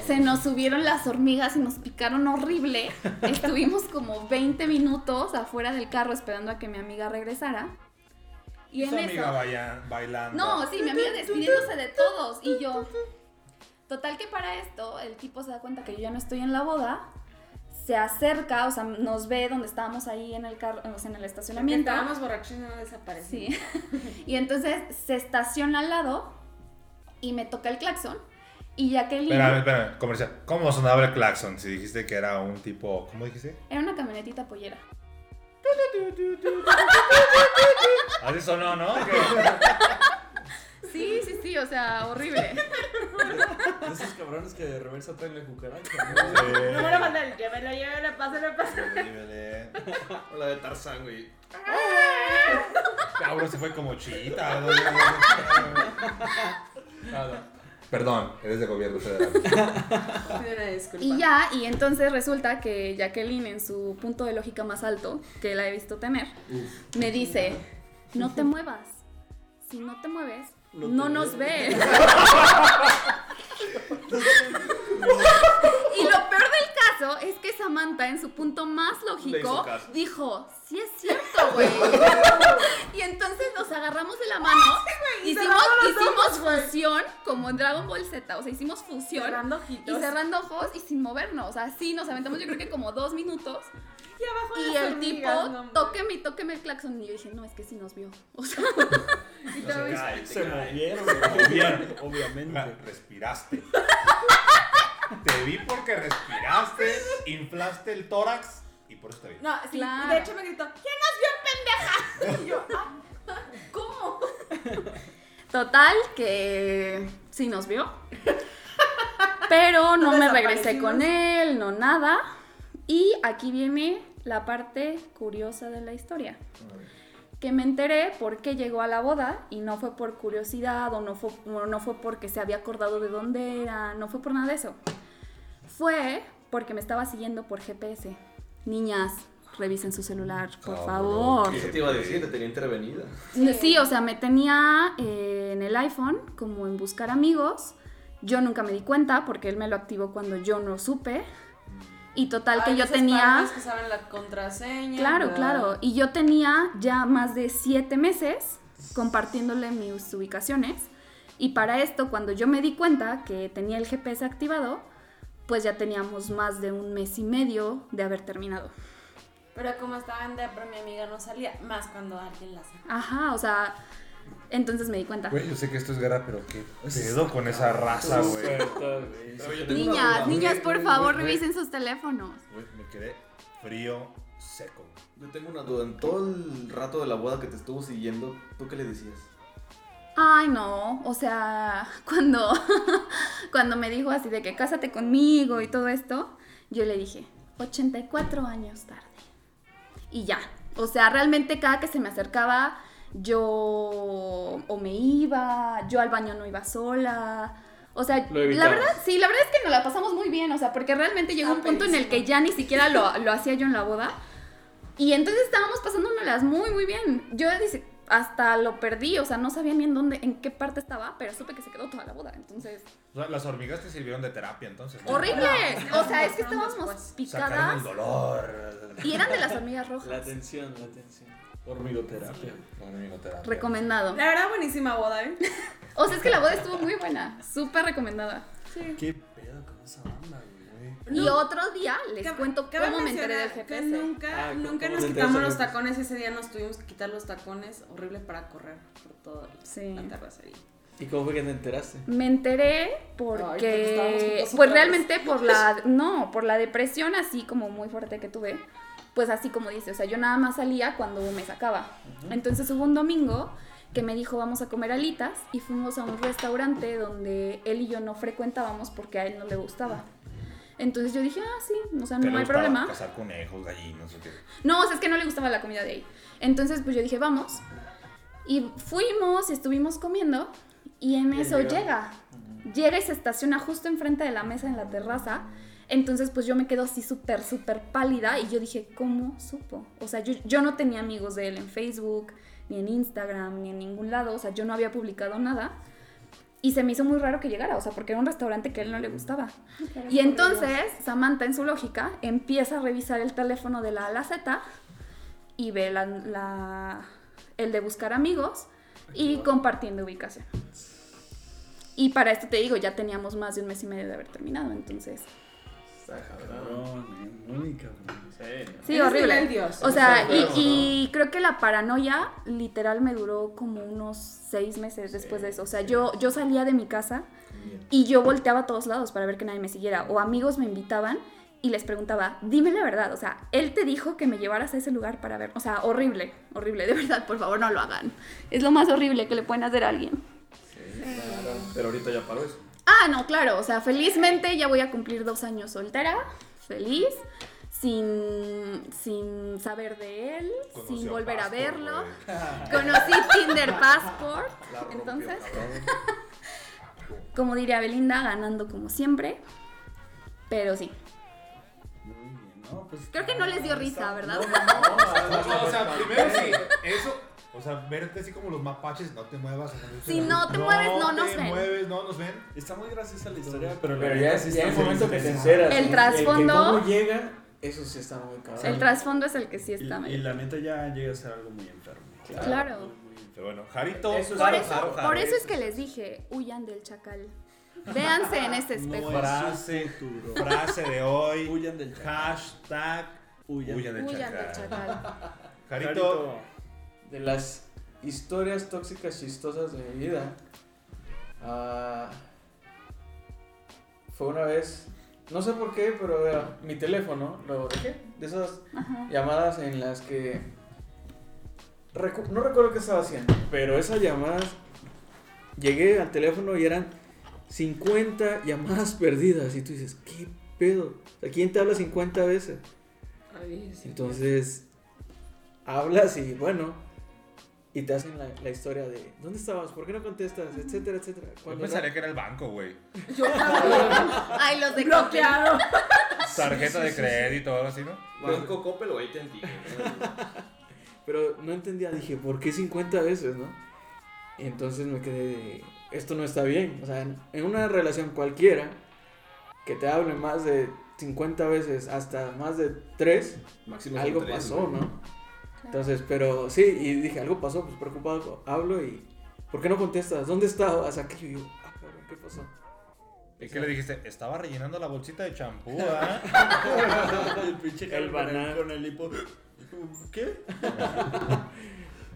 [SPEAKER 3] Se nos subieron las hormigas y nos picaron horrible. Estuvimos como 20 minutos afuera del carro esperando a que mi amiga regresara. Y en
[SPEAKER 1] Su
[SPEAKER 3] eso.
[SPEAKER 1] amiga vaya- bailando.
[SPEAKER 3] No, sí, mi amiga despidiéndose de todos y yo. Total que para esto el tipo se da cuenta que yo ya no estoy en la boda, se acerca, o sea, nos ve donde estábamos ahí en el carro, o sea, en el
[SPEAKER 4] Porque
[SPEAKER 3] estacionamiento.
[SPEAKER 4] estábamos borrachos y no
[SPEAKER 3] Sí.
[SPEAKER 4] desaparecimos.
[SPEAKER 3] y entonces se estaciona al lado y me toca el claxon y Jacqueline
[SPEAKER 1] Espera, espera, comercial. ¿Cómo sonaba el claxon? Si dijiste que era un tipo. ¿Cómo dijiste?
[SPEAKER 3] era una camionetita pollera.
[SPEAKER 1] Así sonó, ¿no?
[SPEAKER 3] Sí, sí, sí, o sea, horrible.
[SPEAKER 2] De esos cabrones que de reversa traen la cucaracha.
[SPEAKER 4] No me lo mandé, llévelo, llévelo, pásalo, pásalo.
[SPEAKER 6] La de Tarzán, güey.
[SPEAKER 1] Cabrón Ah, se fue como chita. Perdón, eres de gobierno federal.
[SPEAKER 4] Pido una disculpa.
[SPEAKER 3] Y ya, y entonces resulta que Jacqueline, en su punto de lógica más alto, que la he visto tener, me dice, no te muevas. Si no te mueves, no, nos ves. y lo peor del caso es que Samantha, en su punto más
[SPEAKER 6] Le hizo
[SPEAKER 3] lógico,
[SPEAKER 6] caso.
[SPEAKER 3] dijo, sí es cierto, güey. y entonces nos agarramos de la mano, hicimos,
[SPEAKER 4] cerramos los
[SPEAKER 3] hicimos función, como en Dragon Ball Z, o sea, hicimos función.
[SPEAKER 4] Cerrando
[SPEAKER 3] Y
[SPEAKER 4] ojitos.
[SPEAKER 3] cerrando ojos y sin movernos. Así nos aventamos, yo creo que como dos minutos.
[SPEAKER 4] Y abajo
[SPEAKER 3] Y
[SPEAKER 4] las
[SPEAKER 3] el tipo,
[SPEAKER 4] hormigas, no, hombre.
[SPEAKER 3] tóqueme, tóqueme el claxon. Y yo dije, no, es que sí nos vio. O sea,
[SPEAKER 4] Y te ves-
[SPEAKER 2] Se movieron, se movieron,
[SPEAKER 5] Ah,
[SPEAKER 2] obviamente.
[SPEAKER 1] Respiraste. Te vi porque respiraste, inflaste el tórax y por eso te vi.
[SPEAKER 4] No, sí,
[SPEAKER 3] Claro.
[SPEAKER 4] de hecho me gritó, ¿quién nos vio, pendeja? Y yo, ah, ¿cómo?
[SPEAKER 3] total que sí nos vio. Pero no me regresé
[SPEAKER 4] Desaparecimos.
[SPEAKER 3] con él, no nada. Y aquí viene la parte curiosa de la historia. que me enteré por qué llegó a la boda y no fue por curiosidad o no fue, o no fue porque se había acordado de dónde era, no fue por nada de eso. Fue porque me estaba siguiendo por GPS. Niñas, revisen su celular, por favor.
[SPEAKER 6] Eso te iba a decir, te tenía intervenida.
[SPEAKER 3] Sí. o sea, me tenía eh, en el iPhone como en buscar amigos. Yo nunca me di cuenta porque él me lo activó cuando yo no supe. Y total que
[SPEAKER 4] Ay,
[SPEAKER 3] yo
[SPEAKER 4] esos
[SPEAKER 3] tenía...
[SPEAKER 4] padres que saben la contraseña.
[SPEAKER 3] Claro,
[SPEAKER 4] bla.
[SPEAKER 3] claro. Y yo tenía ya más de siete meses compartiéndole mis ubicaciones. Y para esto, cuando yo me di cuenta que tenía el GPS activado, pues ya teníamos más de un mes y medio de haber terminado.
[SPEAKER 4] Pero como estaba en depre, mi amiga no salía, más cuando alguien la saca.
[SPEAKER 3] Ajá, o sea, entonces me di cuenta.
[SPEAKER 1] Güey, yo sé que esto es guerra, pero qué pedo con esa raza, güey.
[SPEAKER 3] Niñas,
[SPEAKER 1] duda.
[SPEAKER 3] niñas, por
[SPEAKER 1] Güey,
[SPEAKER 3] favor,
[SPEAKER 1] güey, güey.
[SPEAKER 3] revisen sus teléfonos.
[SPEAKER 1] Güey, me quedé frío, seco.
[SPEAKER 6] Yo tengo una duda. En todo el rato de la boda que te estuvo siguiendo, ¿tú qué le decías?
[SPEAKER 3] Ay, no, o sea, cuando, cuando me dijo así de que cásate conmigo y todo esto, yo le dije, 84 años tarde. Y ya, o sea, realmente cada que se me acercaba, yo o me iba, yo al baño no iba sola. O sea,
[SPEAKER 5] Lo
[SPEAKER 3] la
[SPEAKER 5] evitabas.
[SPEAKER 3] verdad, sí, la verdad es que nos la pasamos muy bien, o sea, porque realmente llegó un punto en el que ya ni siquiera lo, lo hacía yo en la boda. Y entonces estábamos pasándonos muy, muy bien. Yo dice, hasta lo perdí, o sea, no sabía ni en dónde, en qué parte estaba, pero supe que se quedó toda la boda. Entonces,
[SPEAKER 1] O sea, las hormigas te sirvieron de terapia entonces. ¿no?
[SPEAKER 3] horrible.
[SPEAKER 4] no,
[SPEAKER 3] O sea, es que
[SPEAKER 4] fueron
[SPEAKER 3] estábamos
[SPEAKER 4] después.
[SPEAKER 1] Sacaron el
[SPEAKER 3] picadas
[SPEAKER 1] dolor.
[SPEAKER 3] y eran de las hormigas
[SPEAKER 5] La
[SPEAKER 3] rojas.
[SPEAKER 5] tensión, la tensión. Hormigoterapia.
[SPEAKER 1] Hormigoterapia.
[SPEAKER 3] Recomendado.
[SPEAKER 4] La verdad, buenísima boda, ¿eh?
[SPEAKER 3] O sea, es que la boda estuvo muy buena, súper recomendada.
[SPEAKER 5] ¿Qué pedo con esa banda, güey?
[SPEAKER 3] Y otro día les
[SPEAKER 4] Cabe-
[SPEAKER 3] cuento
[SPEAKER 4] cabe
[SPEAKER 3] cómo me enteré del
[SPEAKER 4] mencionar
[SPEAKER 3] GPS.
[SPEAKER 4] Que nunca
[SPEAKER 5] Ah,
[SPEAKER 4] nunca
[SPEAKER 5] ¿cómo
[SPEAKER 4] nos
[SPEAKER 5] te
[SPEAKER 4] quitamos los
[SPEAKER 5] enteraste?
[SPEAKER 4] tacones. Ese día nos tuvimos que quitar los tacones. Horrible para correr por toda la-
[SPEAKER 3] Sí.
[SPEAKER 4] la terracería.
[SPEAKER 5] ¿Y cómo fue que te enteraste?
[SPEAKER 3] Me enteré
[SPEAKER 4] Ay, porque estábamos
[SPEAKER 3] porque,
[SPEAKER 4] juntas
[SPEAKER 3] pues
[SPEAKER 4] otra
[SPEAKER 3] realmente por la, no, por la depresión así como muy fuerte que tuve, pues así como dice, o sea, yo nada más salía cuando me sacaba. Entonces hubo un domingo que me dijo vamos a comer alitas y fuimos a un restaurante donde él y yo no frecuentábamos porque a él no le gustaba. Entonces yo dije, ah, sí, o sea,
[SPEAKER 1] Te
[SPEAKER 3] no hay
[SPEAKER 1] gustaba pues.
[SPEAKER 3] problema.
[SPEAKER 1] Cazar conejos, gallinas, o qué.
[SPEAKER 3] No, o sea, es que no le gustaba la comida de ahí. Entonces, pues yo dije, vamos. Y fuimos y estuvimos comiendo. Y en
[SPEAKER 5] Y
[SPEAKER 3] eso
[SPEAKER 5] llegó.
[SPEAKER 3] llega. Llega y se estaciona justo enfrente de la mesa en la terraza. Entonces, pues yo me quedo así súper, súper pálida. Y yo dije, ¿cómo supo? O sea, yo, yo no tenía amigos de él en Facebook, ni en Instagram, ni en ningún lado. O sea, yo no había publicado nada. Y se me hizo muy raro que llegara, o sea, porque era un restaurante que a él no le gustaba. Y entonces, Samantha, en su lógica, empieza a revisar el teléfono de la A a la Z y ve la, la- el de buscar amigos y compartiendo ubicación. Y para esto te digo, ya teníamos más de un mes y medio de haber terminado, entonces.
[SPEAKER 2] Cabrón, muy cabrón.
[SPEAKER 3] Sí,
[SPEAKER 4] Eres
[SPEAKER 3] horrible.
[SPEAKER 4] nivel Dios.
[SPEAKER 3] O sea,
[SPEAKER 6] Está
[SPEAKER 3] y,
[SPEAKER 6] feo,
[SPEAKER 3] y creo que la paranoia literal me duró como unos seis meses después de eso. O sea, yo, yo salía de mi casa y yo volteaba a todos lados para ver que nadie me siguiera. O amigos me invitaban y les preguntaba, dime la verdad. O sea, él te dijo que me llevaras a ese lugar para ver. O sea, horrible, horrible. De verdad, por favor, no lo hagan. Es lo más horrible que le pueden hacer a alguien.
[SPEAKER 6] Pero ahorita ya paró eso.
[SPEAKER 3] Ah, no, claro, o sea, felizmente ya voy a cumplir dos años soltera, feliz, sin, sin saber de él,
[SPEAKER 1] Conocí
[SPEAKER 3] sin volver a
[SPEAKER 1] Pastor,
[SPEAKER 3] verlo.
[SPEAKER 1] güey.
[SPEAKER 3] Conocí Tinder Passport,
[SPEAKER 6] La rompió,
[SPEAKER 3] entonces,
[SPEAKER 6] cabrón.
[SPEAKER 3] como diría Belinda, ganando como siempre, pero sí.
[SPEAKER 2] Muy bien, ¿no? Pues,
[SPEAKER 3] Creo que no les dio risa, ¿verdad?
[SPEAKER 1] No, o sea, primero sí, eso. Pues, O sea, verte así como los mapaches, no te muevas. o sea,
[SPEAKER 3] Si no te mueves, no nos
[SPEAKER 1] No
[SPEAKER 3] ven.
[SPEAKER 1] te mueves, no nos ven.
[SPEAKER 2] Está muy graciosa la historia, pero,
[SPEAKER 5] Pero ya,
[SPEAKER 2] sí
[SPEAKER 5] ya en el
[SPEAKER 2] está muy
[SPEAKER 5] momento que te
[SPEAKER 2] interesante.
[SPEAKER 5] enteras.
[SPEAKER 3] El
[SPEAKER 5] ¿no?
[SPEAKER 3] trasfondo.
[SPEAKER 5] que ¿Cómo llega? Eso sí está muy cabrón.
[SPEAKER 3] El trasfondo es el que sí está
[SPEAKER 2] Y, y
[SPEAKER 3] medio.
[SPEAKER 2] la neta ya llega a ser algo muy enfermo.
[SPEAKER 3] Claro.
[SPEAKER 1] Pero bueno, Jarito.
[SPEAKER 5] Eso es
[SPEAKER 3] Por
[SPEAKER 5] Claro,
[SPEAKER 3] eso,
[SPEAKER 5] claro,
[SPEAKER 3] por eso es que les dije, huyan del chacal. Véanse en este espejo.
[SPEAKER 2] No
[SPEAKER 1] Frase,
[SPEAKER 2] futuro.
[SPEAKER 1] frase de hoy.
[SPEAKER 5] Huyan del
[SPEAKER 1] Hashtag.
[SPEAKER 5] Huyan.
[SPEAKER 1] Huyan del
[SPEAKER 3] Huyan del
[SPEAKER 1] chacal.
[SPEAKER 3] chacal.
[SPEAKER 1] Jarito.
[SPEAKER 5] De las historias tóxicas chistosas de mi vida. ah, fue una vez. No sé por qué, pero ah, mi teléfono lo dejé. De esas
[SPEAKER 3] Ajá.
[SPEAKER 5] llamadas en las que recu- no recuerdo qué estaba haciendo, pero esas llamadas llegué al teléfono y eran 50 llamadas perdidas y tú dices, "¿Qué pedo? O sea, ¿Quién te habla 50 veces?" Entonces hablas y bueno, Y te hacen la, la historia de ¿dónde estabas? ¿Por qué no contestas? Etcétera, etcétera.
[SPEAKER 1] Yo
[SPEAKER 5] Cuando
[SPEAKER 1] pensaría
[SPEAKER 5] no-
[SPEAKER 1] que era el banco, güey.
[SPEAKER 3] Ay, los de
[SPEAKER 4] Bloqueado.
[SPEAKER 1] Tarjeta de crédito o algo así, ¿no?
[SPEAKER 6] Banco Coppel o AT&T.
[SPEAKER 5] Pero no entendía, dije, ¿por qué 50 veces, no? Entonces me quedé de, esto no está bien. O sea, en, en una relación cualquiera, que te hable más de 50 veces, hasta más de 3,
[SPEAKER 6] Máximo
[SPEAKER 5] algo
[SPEAKER 6] son tres,
[SPEAKER 5] pasó,
[SPEAKER 6] güey.
[SPEAKER 5] ¿no? Entonces, pero sí, y dije, algo pasó, pues preocupado, hablo y, ¿por qué no contestas? ¿Dónde estabas? Aquello, y yo, ah, cabrón, ¿qué pasó?
[SPEAKER 1] ¿Y qué le dijiste? Estaba rellenando la bolsita de champú, ¿ah?
[SPEAKER 2] el pinche
[SPEAKER 5] El
[SPEAKER 2] con
[SPEAKER 5] banán.
[SPEAKER 2] Con el hipo. ¿Qué?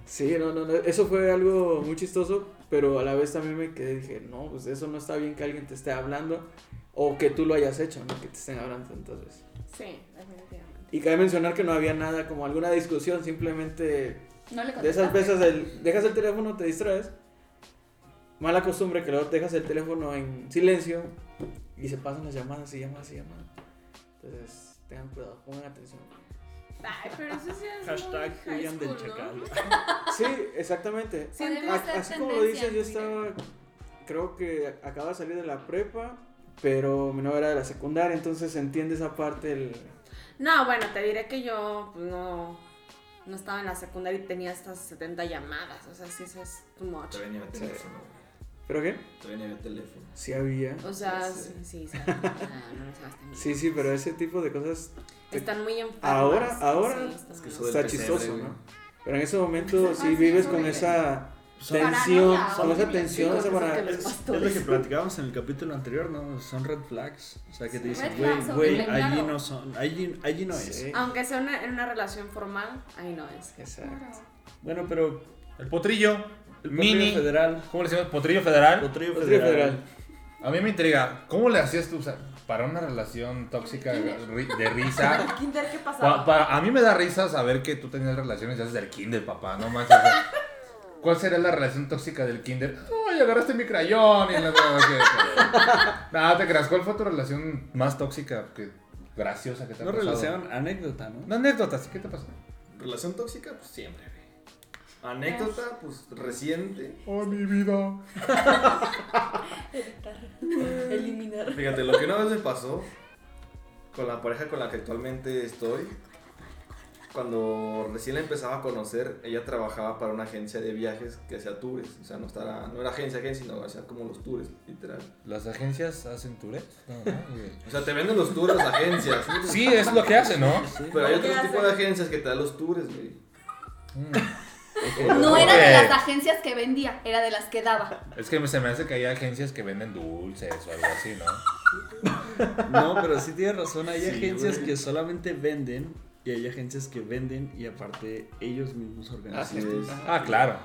[SPEAKER 5] Sí, no, no, no, eso fue algo muy chistoso, pero a la vez también me quedé, dije, no, pues eso no está bien que alguien te esté hablando o que tú lo hayas hecho, ¿no? Que te estén hablando tantas veces.
[SPEAKER 4] Sí, definitivamente.
[SPEAKER 5] Y cabe mencionar que no había nada, como alguna discusión, simplemente
[SPEAKER 3] No le
[SPEAKER 5] de esas
[SPEAKER 3] contestaste.
[SPEAKER 5] veces el- dejas el teléfono, te distraes. Mala costumbre que luego dejas el teléfono en silencio y se pasan las llamadas y llamadas y llamadas. Entonces, tengan cuidado, pongan atención.
[SPEAKER 4] Ay, pero eso sí es
[SPEAKER 2] Hashtag
[SPEAKER 4] muy high
[SPEAKER 2] Julian del
[SPEAKER 4] school, ¿no?
[SPEAKER 2] Chacal.
[SPEAKER 5] Sí, exactamente.
[SPEAKER 3] Podemos
[SPEAKER 5] A-
[SPEAKER 3] dar
[SPEAKER 5] así como lo
[SPEAKER 3] tendencia
[SPEAKER 5] dices,
[SPEAKER 3] en
[SPEAKER 5] yo
[SPEAKER 3] Twitter.
[SPEAKER 5] estaba, creo que acaba de salir de la prepa, pero mi novia era de la secundaria, entonces se entiende esa parte. El...
[SPEAKER 4] No, bueno, te diré que yo pues, no, no estaba en la secundaria y tenía estas 70 llamadas. O sea, sí, eso es too much.
[SPEAKER 6] Todavía ni había teléfono. güey.
[SPEAKER 5] ¿Pero qué?
[SPEAKER 6] Todavía ni había teléfono.
[SPEAKER 5] Sí había.
[SPEAKER 4] O sea,
[SPEAKER 6] Ya
[SPEAKER 4] sí,
[SPEAKER 6] sé.
[SPEAKER 4] sí, sí, no, no nos hagas tan
[SPEAKER 5] Sí, sí, pero ese tipo de cosas te-
[SPEAKER 4] Están muy enfermas.
[SPEAKER 5] Ahora- ahora
[SPEAKER 4] Sí, están
[SPEAKER 6] Es que
[SPEAKER 4] muy
[SPEAKER 6] eso del
[SPEAKER 5] está
[SPEAKER 6] pesebre,
[SPEAKER 5] chistoso,
[SPEAKER 6] güey.
[SPEAKER 5] ¿no? Pero en ese momento
[SPEAKER 3] Ay,
[SPEAKER 5] sí
[SPEAKER 3] sí,
[SPEAKER 5] vives
[SPEAKER 3] Pues es
[SPEAKER 5] con
[SPEAKER 3] horrible.
[SPEAKER 5] esa
[SPEAKER 2] Son-
[SPEAKER 5] tensión,
[SPEAKER 3] paranoia,
[SPEAKER 5] con esa
[SPEAKER 3] horrible.
[SPEAKER 5] tensión,
[SPEAKER 4] Sí,
[SPEAKER 5] esa
[SPEAKER 4] cosas que
[SPEAKER 5] para...
[SPEAKER 4] los
[SPEAKER 2] Es, es
[SPEAKER 4] pastores.
[SPEAKER 2] lo que platicábamos en el capítulo anterior, ¿no? Son red flags. O sea, que te dicen,
[SPEAKER 3] Red
[SPEAKER 2] güey,
[SPEAKER 3] flags sobre
[SPEAKER 2] güey,
[SPEAKER 3] el
[SPEAKER 2] allí
[SPEAKER 3] claro. Ah.
[SPEAKER 2] no son, allí, allí no es.
[SPEAKER 5] Sí,
[SPEAKER 4] Aunque sea una- en una relación formal, ahí no es.
[SPEAKER 5] Exacto.
[SPEAKER 2] Bueno, pero
[SPEAKER 1] El potrillo.
[SPEAKER 2] el
[SPEAKER 1] mini.
[SPEAKER 2] Mini Federal,
[SPEAKER 1] ¿Cómo le decimos? ¿Potrillo federal?
[SPEAKER 2] Potrillo
[SPEAKER 5] Otro
[SPEAKER 2] Federal.
[SPEAKER 5] federal.
[SPEAKER 1] A mí me intriga. ¿Cómo le hacías tú o sea, para una relación tóxica ri- de risa?
[SPEAKER 4] Kinder, ¿qué
[SPEAKER 1] Pa-
[SPEAKER 4] pasaba?
[SPEAKER 1] pa- a mí me da risa saber que tú tenías relaciones ya desde el kinder, papá, no manches. o sea, ¿Cuál será la relación tóxica del kinder? Ay, agarraste mi crayón y la... no, que- Nada, te creas. ¿Cuál fue tu relación más tóxica que graciosa que te ha
[SPEAKER 2] No
[SPEAKER 1] pasado?
[SPEAKER 2] relación, anécdota, ¿no?
[SPEAKER 1] Una anécdota, ¿sí? ¿qué te pasó?
[SPEAKER 6] Relación tóxica, pues siempre, güey. Anécdota, pues reciente.
[SPEAKER 1] Oh, mi vida.
[SPEAKER 4] Eliminar.
[SPEAKER 6] Fíjate, lo que una vez me pasó con la pareja con la que actualmente estoy, cuando recién la empezaba a conocer, ella trabajaba para una agencia de viajes que hacía tours. O sea, no, estaba, no era agencia, agencia, sino hacía como los tours, literal.
[SPEAKER 1] ¿Las agencias hacen tours? No, no, güey.
[SPEAKER 6] O sea, te venden los tours las agencias.
[SPEAKER 1] Sí, es lo que hacen, ¿no?
[SPEAKER 6] Pero hay
[SPEAKER 4] ¿Qué
[SPEAKER 6] otro tipo
[SPEAKER 4] hacen?
[SPEAKER 6] de agencias que te dan los tours, güey.
[SPEAKER 1] Mm.
[SPEAKER 3] No era
[SPEAKER 1] Ok.
[SPEAKER 3] de las agencias que vendía, era de las que daba.
[SPEAKER 1] Es que se me hace que hay agencias que venden dulces o algo así, ¿no?
[SPEAKER 2] No, pero sí tienes razón. Hay
[SPEAKER 6] Sí,
[SPEAKER 2] agencias
[SPEAKER 6] güey.
[SPEAKER 2] que solamente venden y hay agencias que venden y aparte ellos mismos
[SPEAKER 6] Así
[SPEAKER 2] organizan.
[SPEAKER 6] es.
[SPEAKER 1] Ah, claro.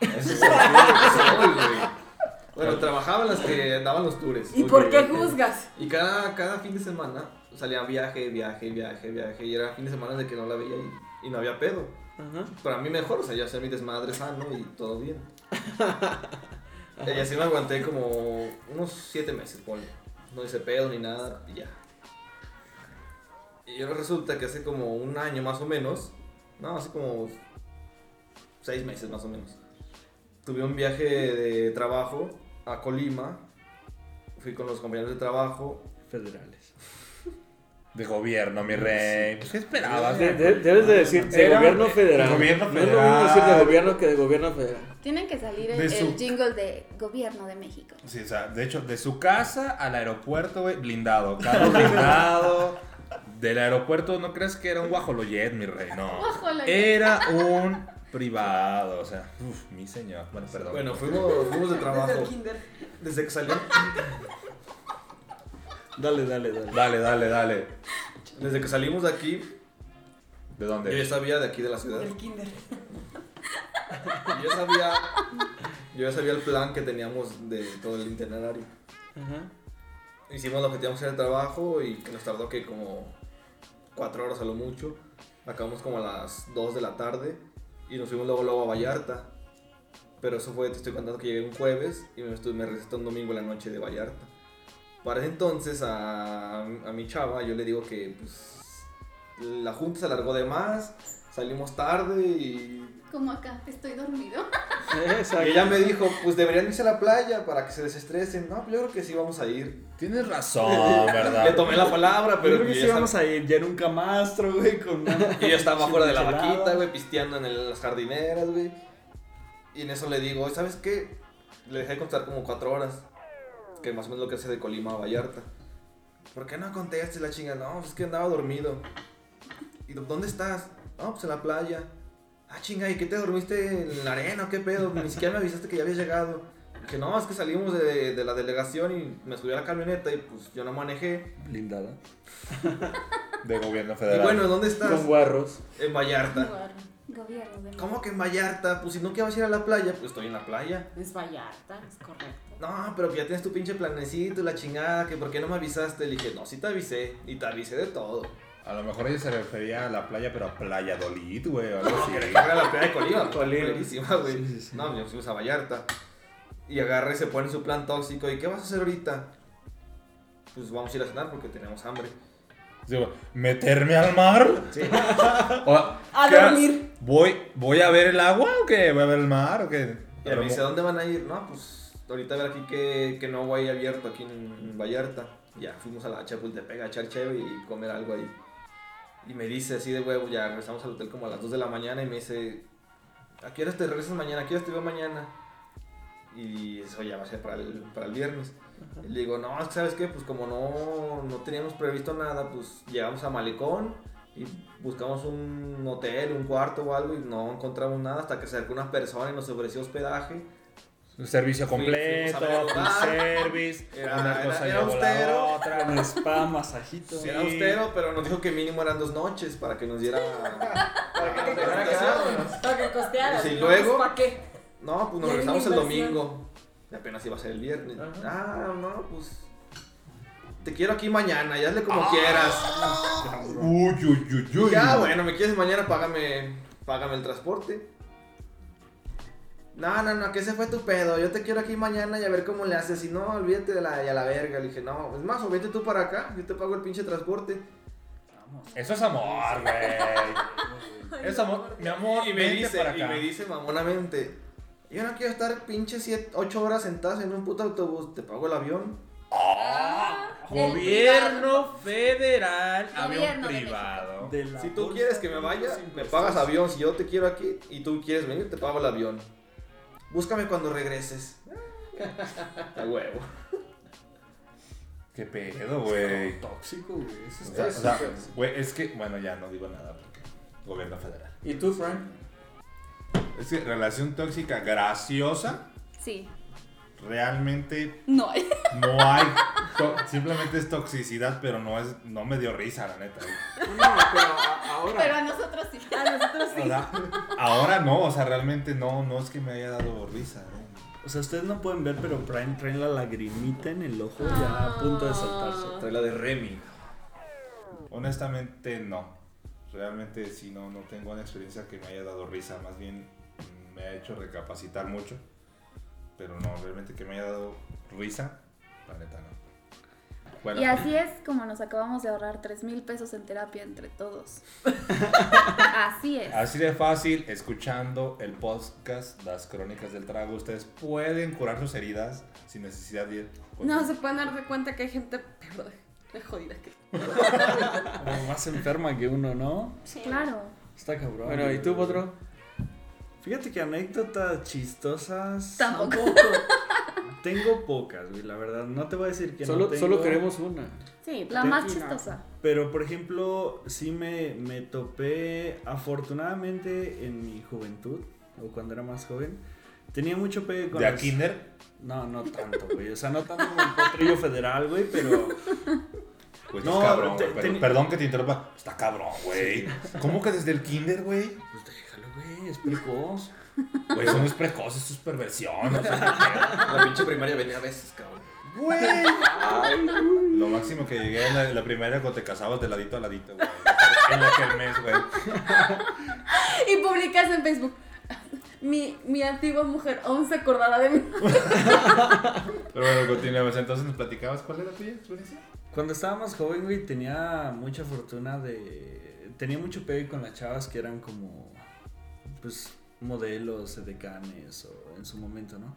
[SPEAKER 6] Ese es el soy, güey. Bueno, trabajaba en las que daban los tours.
[SPEAKER 4] ¿Y por qué juzgas?
[SPEAKER 6] Y cada, cada fin de semana salía viaje, viaje, viaje, viaje. Y era fin de semana de que no la veía y, y no había pedo.
[SPEAKER 5] Ajá.
[SPEAKER 6] Para mí mejor, o sea, yo hacía mi desmadre sano y todo bien. y así me aguanté como unos 7 meses, ponle. No hice pedo ni nada y ya. Y ahora resulta que hace como un año más o menos, no, hace como 6 meses más o menos. Tuve un viaje de trabajo a Colima. Fui con los compañeros de trabajo
[SPEAKER 2] Federales.
[SPEAKER 1] De gobierno, mi rey. Pues, ¿qué esperabas?
[SPEAKER 5] De- de- debes de decir de
[SPEAKER 1] Era-
[SPEAKER 5] gobierno federal.
[SPEAKER 1] de gobierno
[SPEAKER 5] No es lo mismo decir de
[SPEAKER 1] federal.
[SPEAKER 5] gobierno que de gobierno federal.
[SPEAKER 3] Tienen que salir el,
[SPEAKER 1] De su-
[SPEAKER 3] el jingle de Gobierno de México.
[SPEAKER 1] Sí, o sea, de hecho, de su casa al aeropuerto, güey, blindado. Carro blindado. Del aeropuerto, ¿no crees que era un guajoloyet, mi rey? No.
[SPEAKER 3] Guajoloyet.
[SPEAKER 1] Era un privado, o sea, uf, mi señor. Bueno, perdón.
[SPEAKER 6] Bueno, fuimos, fuimos de
[SPEAKER 4] Desde
[SPEAKER 6] trabajo.
[SPEAKER 4] el kinder.
[SPEAKER 6] Desde que salió,
[SPEAKER 2] Dale, dale, dale.
[SPEAKER 1] Dale, dale, dale.
[SPEAKER 6] desde que salimos de aquí,
[SPEAKER 1] ¿De
[SPEAKER 6] yo ya
[SPEAKER 1] dónde?
[SPEAKER 6] sabía de aquí de la ciudad.
[SPEAKER 4] Del kinder.
[SPEAKER 6] Y Yo sabía, yo ya sabía el plan que teníamos de todo el itinerario.
[SPEAKER 5] Ajá.
[SPEAKER 6] Hicimos lo que teníamos que hacer en el trabajo y que nos tardó que como cuatro horas a lo mucho. Acabamos como a las 2 de la tarde y nos fuimos luego, luego a Vallarta. Pero eso fue, te estoy contando que llegué un jueves y me, estu- me regresé un domingo en la noche de Vallarta. Para ese entonces a, a mi chava yo le digo que pues, la junta se alargó de más, salimos tarde y
[SPEAKER 3] como acá, estoy dormido.
[SPEAKER 6] Y
[SPEAKER 5] Exacto.
[SPEAKER 6] ella me dijo, pues deberían irse a la playa para que se desestresen. No, pues, yo creo que sí vamos a ir.
[SPEAKER 1] Tienes razón,
[SPEAKER 6] Le
[SPEAKER 1] ¿verdad?
[SPEAKER 6] tomé la palabra,
[SPEAKER 2] Pero
[SPEAKER 6] pero
[SPEAKER 2] creo que
[SPEAKER 6] yo
[SPEAKER 2] sí
[SPEAKER 6] ya
[SPEAKER 2] vamos a ir ya en un camastro, güey, con una...
[SPEAKER 6] Y yo estaba fuera de la
[SPEAKER 2] Chichelada.
[SPEAKER 6] vaquita, güey, pisteando en el- las jardineras, güey. Y en eso le digo, ¿sabes qué? Le dejé contar como cuatro horas, que más o menos lo que hace de Colima a Vallarta. ¿Por qué no contestes la chinga? No, pues es que andaba dormido. ¿Y dó- dónde estás? No, pues en la playa. Ah, chinga, ¿y qué te dormiste en la arena? o ¿Qué pedo? Ni siquiera me avisaste que ya habías llegado. Que no, es que salimos de, de la delegación y me subí a la camioneta y pues yo no manejé.
[SPEAKER 2] Blindada.
[SPEAKER 1] De gobierno
[SPEAKER 6] Y
[SPEAKER 1] federal.
[SPEAKER 6] bueno, ¿dónde estás?
[SPEAKER 5] Con guarros.
[SPEAKER 6] En Vallarta.
[SPEAKER 3] Gobierno de
[SPEAKER 6] ¿Cómo que en Vallarta? Pues si nunca vas a ir a la playa, pues estoy en la playa.
[SPEAKER 4] Es Vallarta, es correcto.
[SPEAKER 6] No, pero que ya tienes tu pinche planecito, la chingada, que por qué no me avisaste. Le dije, no, sí te avisé, y te avisé de todo.
[SPEAKER 1] A lo mejor ella se refería a la playa, pero a Playa Dolid, güey, o algo así.
[SPEAKER 6] Era la playa de Colima,
[SPEAKER 5] Colima.
[SPEAKER 6] buenísima, güey.
[SPEAKER 2] Oh, Sí, sí, sí.
[SPEAKER 6] No, me fuimos a Vallarta. Y agarra y se pone su plan tóxico. ¿Y qué vas a hacer ahorita? Pues vamos a ir a cenar porque tenemos hambre.
[SPEAKER 1] Digo, ¿Meterme al mar?
[SPEAKER 6] Sí.
[SPEAKER 1] O-
[SPEAKER 4] A
[SPEAKER 1] ¿qué?
[SPEAKER 4] dormir.
[SPEAKER 1] ¿Voy, ¿Voy a ver el agua o qué? ¿Voy a ver el mar o qué?
[SPEAKER 6] Y me dice, ¿a dónde van a ir? No, pues ahorita ver aquí que, que no hay abierto aquí en, en Vallarta. Y Ya fuimos a la Chapultepec a echar cheve y comer algo ahí. Y me dice así de huevo, ya regresamos al hotel como a las 2 de la mañana y me dice, ¿a qué horas te regresas mañana? ¿A qué horas te veo mañana? Y eso ya va a ser para el, para el viernes. Y le digo, no, es que sabes qué, pues como no, no teníamos previsto nada, pues llegamos a Malecón y buscamos un hotel, un cuarto o algo y no encontramos nada hasta que se acercó una persona y nos ofreció hospedaje.
[SPEAKER 1] Un Servicio completo,
[SPEAKER 6] Fuimos a ver el
[SPEAKER 1] full
[SPEAKER 6] bar.
[SPEAKER 1] service,
[SPEAKER 6] Era-
[SPEAKER 1] una cosa
[SPEAKER 6] era- era
[SPEAKER 1] llevó la
[SPEAKER 6] austero.
[SPEAKER 1] otra.
[SPEAKER 5] Con spa, masajito.
[SPEAKER 1] Sí.
[SPEAKER 6] Era austero, pero nos dijo que mínimo eran dos noches para que nos diera... para que nos dejara quedarnos.
[SPEAKER 4] Para que costeara.
[SPEAKER 6] Sí,
[SPEAKER 4] ¿no?
[SPEAKER 6] luego-
[SPEAKER 4] ¿Para qué?
[SPEAKER 6] No, pues nos
[SPEAKER 4] Y hay una
[SPEAKER 6] regresamos el
[SPEAKER 4] inversión.
[SPEAKER 6] domingo. Y apenas iba a ser el viernes. Ah, no, pues... Te quiero aquí mañana, ya hazle como quieras.
[SPEAKER 1] Uy, uy, uy, uy.
[SPEAKER 6] Ya, bueno, me quieres mañana, págame, págame el transporte. No, no, no, que ese fue tu pedo. Yo te quiero aquí mañana y a ver cómo le haces. Si no, olvídate de la, y a la verga. Le dije, no, es más, o vete tú para acá. Yo te pago el pinche transporte.
[SPEAKER 1] Eso es amor, güey. Es amor, mi amor,
[SPEAKER 6] Y me
[SPEAKER 1] vente
[SPEAKER 6] dice,
[SPEAKER 1] para
[SPEAKER 6] y
[SPEAKER 1] acá.
[SPEAKER 6] me dice mamonamente, yo no quiero estar pinche 8 horas sentadas en un puto autobús, te pago el avión.
[SPEAKER 3] El
[SPEAKER 2] Gobierno federal.
[SPEAKER 1] Avión
[SPEAKER 3] Gobierno de
[SPEAKER 1] privado.
[SPEAKER 2] De la
[SPEAKER 6] Si tú
[SPEAKER 2] bolsa
[SPEAKER 6] quieres que me
[SPEAKER 2] de
[SPEAKER 6] vaya,
[SPEAKER 2] los
[SPEAKER 6] me
[SPEAKER 2] impuestos.
[SPEAKER 6] pagas avión. Si yo te quiero aquí y tú quieres venir, te pago el avión. Búscame cuando regreses. A huevo.
[SPEAKER 1] Qué pedo, güey.
[SPEAKER 2] Tóxico, güey. Eso
[SPEAKER 1] O
[SPEAKER 2] está-
[SPEAKER 1] sea, o sea, güey, es que, bueno, ya no digo nada porque gobierno federal.
[SPEAKER 5] ¿Y tú, Frank?
[SPEAKER 1] Es que relación tóxica graciosa,
[SPEAKER 3] Sí.
[SPEAKER 1] realmente
[SPEAKER 3] No.
[SPEAKER 1] no hay. to- simplemente es toxicidad, pero no es no me dio risa, la neta. güey.
[SPEAKER 5] No, pero a- ahora.
[SPEAKER 3] Pero a nosotros sí.
[SPEAKER 4] A nosotros sí.
[SPEAKER 1] O sea, ahora no, o sea, realmente no, no es que me haya dado risa. ¿eh? ¿no?
[SPEAKER 2] O sea, ustedes no pueden ver, pero Prime trae la lagrimita en el ojo ya
[SPEAKER 6] Ah.
[SPEAKER 2] a punto de saltarse.
[SPEAKER 6] Trae la de Remy.
[SPEAKER 1] Honestamente no. Realmente sí, no, no tengo una experiencia que me haya dado risa. Más bien mm, me ha hecho recapacitar mucho. Pero no, realmente que me haya dado risa, la neta no. Bueno,
[SPEAKER 3] Y así es como nos acabamos de ahorrar 3 mil pesos en terapia entre todos. así es.
[SPEAKER 1] Así de fácil, escuchando el podcast Las Crónicas del Trago, ustedes pueden curar sus heridas sin necesidad de ir. con-
[SPEAKER 4] No, se pueden dar de cuenta que hay gente peor de jodida que
[SPEAKER 2] Como más enferma que uno, ¿no?
[SPEAKER 3] Claro.
[SPEAKER 2] Está cabrón.
[SPEAKER 5] Bueno, ¿y tú, Potro?
[SPEAKER 2] Fíjate que anécdotas chistosas.
[SPEAKER 3] Tampoco.
[SPEAKER 2] Tengo pocas, güey, la verdad. No te voy a decir que
[SPEAKER 5] Solo,
[SPEAKER 2] no tengo.
[SPEAKER 5] solo queremos una.
[SPEAKER 4] Sí,
[SPEAKER 3] La más chistosa.
[SPEAKER 2] Pero, por ejemplo, sí me, me topé, afortunadamente, en mi juventud, o cuando era más joven, tenía mucho pegue con
[SPEAKER 1] ¿De a
[SPEAKER 2] las-
[SPEAKER 1] Kinder?
[SPEAKER 2] No, no tanto, güey. O sea, no tanto como el potrillo federal, güey, pero...
[SPEAKER 1] Pues
[SPEAKER 2] No,
[SPEAKER 1] es cabrón,
[SPEAKER 2] te-
[SPEAKER 1] güey, pero-
[SPEAKER 2] te-
[SPEAKER 1] perdón que te interrumpa. Está cabrón, güey. ¿Cómo que desde el Kinder, güey?
[SPEAKER 2] Pues déjalo, güey, es precoz.
[SPEAKER 1] Güey, eso no es precoz, eso es perversión. no sé qué pedo.
[SPEAKER 6] La pinche primaria venía a veces, cabrón.
[SPEAKER 1] Güey. Lo máximo que llegué en la, en la primaria cuando te casabas de ladito a ladito, güey. En aquel mes, güey.
[SPEAKER 4] Y publicas en Facebook. Mi, mi antigua mujer aún se acordará de mí.
[SPEAKER 1] Pero bueno, continuamos. Entonces nos platicabas cuál era tuya experiencia.
[SPEAKER 2] Cuando estaba más joven, güey, tenía mucha fortuna de... Tenía mucho pegue con las chavas que eran como... Pues modelos, decanes o en su momento, ¿no?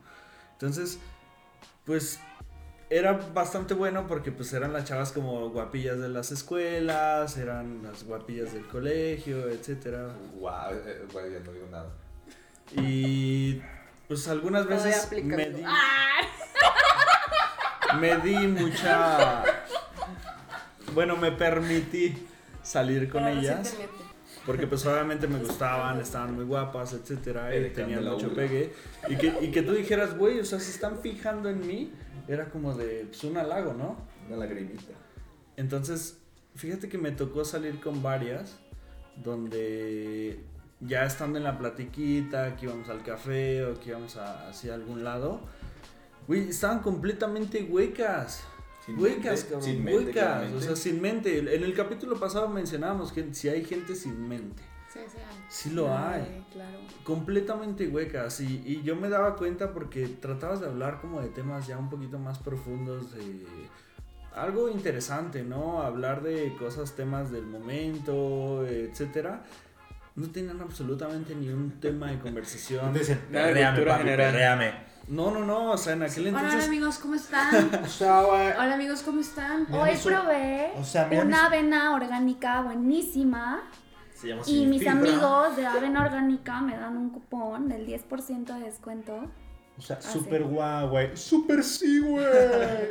[SPEAKER 2] Entonces, pues era bastante bueno porque pues eran las chavas como guapillas de las escuelas, eran las guapillas del colegio, etcétera.
[SPEAKER 8] Guau, eh, güey, ya no digo nada.
[SPEAKER 2] Y pues algunas
[SPEAKER 4] Todavía
[SPEAKER 2] veces
[SPEAKER 4] aplicando.
[SPEAKER 2] me di,
[SPEAKER 4] ¡Ah!
[SPEAKER 2] me di mucha bueno, me permití salir con
[SPEAKER 4] Pero
[SPEAKER 2] ellas.
[SPEAKER 4] recientemente.
[SPEAKER 2] Porque pues obviamente me gustaban, estaban muy guapas, etcétera, y
[SPEAKER 8] Ericando
[SPEAKER 2] tenían
[SPEAKER 8] la
[SPEAKER 2] mucho
[SPEAKER 8] vulva.
[SPEAKER 2] pegue. Y que, y que tú dijeras, güey, o sea, se están fijando en mí, era como de, pues un halago, ¿no?
[SPEAKER 8] Una lagrimita.
[SPEAKER 2] Entonces, fíjate que me tocó salir con varias, donde ya estando en la platiquita, que íbamos al café o que íbamos a- hacia algún lado, güey, estaban completamente huecas.
[SPEAKER 8] Sin
[SPEAKER 2] huecas,
[SPEAKER 8] mente,
[SPEAKER 2] cabrón,
[SPEAKER 8] sin mente,
[SPEAKER 2] huecas,
[SPEAKER 8] claramente.
[SPEAKER 2] o sea, sin mente. En el capítulo pasado mencionábamos que si hay gente sin mente.
[SPEAKER 4] Sí, sí, hay.
[SPEAKER 2] Sí lo hay.
[SPEAKER 4] Ay, Claro.
[SPEAKER 2] completamente huecas y, y yo me daba cuenta porque tratabas de hablar como de temas ya un poquito más profundos de algo interesante, ¿no? Hablar de cosas, temas del momento, etcétera. No tenían absolutamente ni un tema de conversación.
[SPEAKER 1] Dicen,
[SPEAKER 5] Nada de
[SPEAKER 1] "Perréame,
[SPEAKER 5] cultura
[SPEAKER 1] papi,
[SPEAKER 5] general".
[SPEAKER 1] perréame".
[SPEAKER 2] No, no, no, o sea, en aquel
[SPEAKER 4] Hola, hola,
[SPEAKER 2] entonces
[SPEAKER 4] amigos, ¿cómo están? Hola amigos, ¿cómo están?
[SPEAKER 1] Me
[SPEAKER 3] Hoy
[SPEAKER 1] han hecho-
[SPEAKER 3] probé
[SPEAKER 1] o sea, me han
[SPEAKER 3] una avena orgánica buenísima
[SPEAKER 7] Se llama
[SPEAKER 6] Pues
[SPEAKER 3] y
[SPEAKER 7] Sin
[SPEAKER 3] mis
[SPEAKER 7] Fibra.
[SPEAKER 3] amigos de avena orgánica me dan un cupón del 10% de descuento.
[SPEAKER 1] O sea,
[SPEAKER 3] sí.
[SPEAKER 1] super guau, güey. Super sí, güey.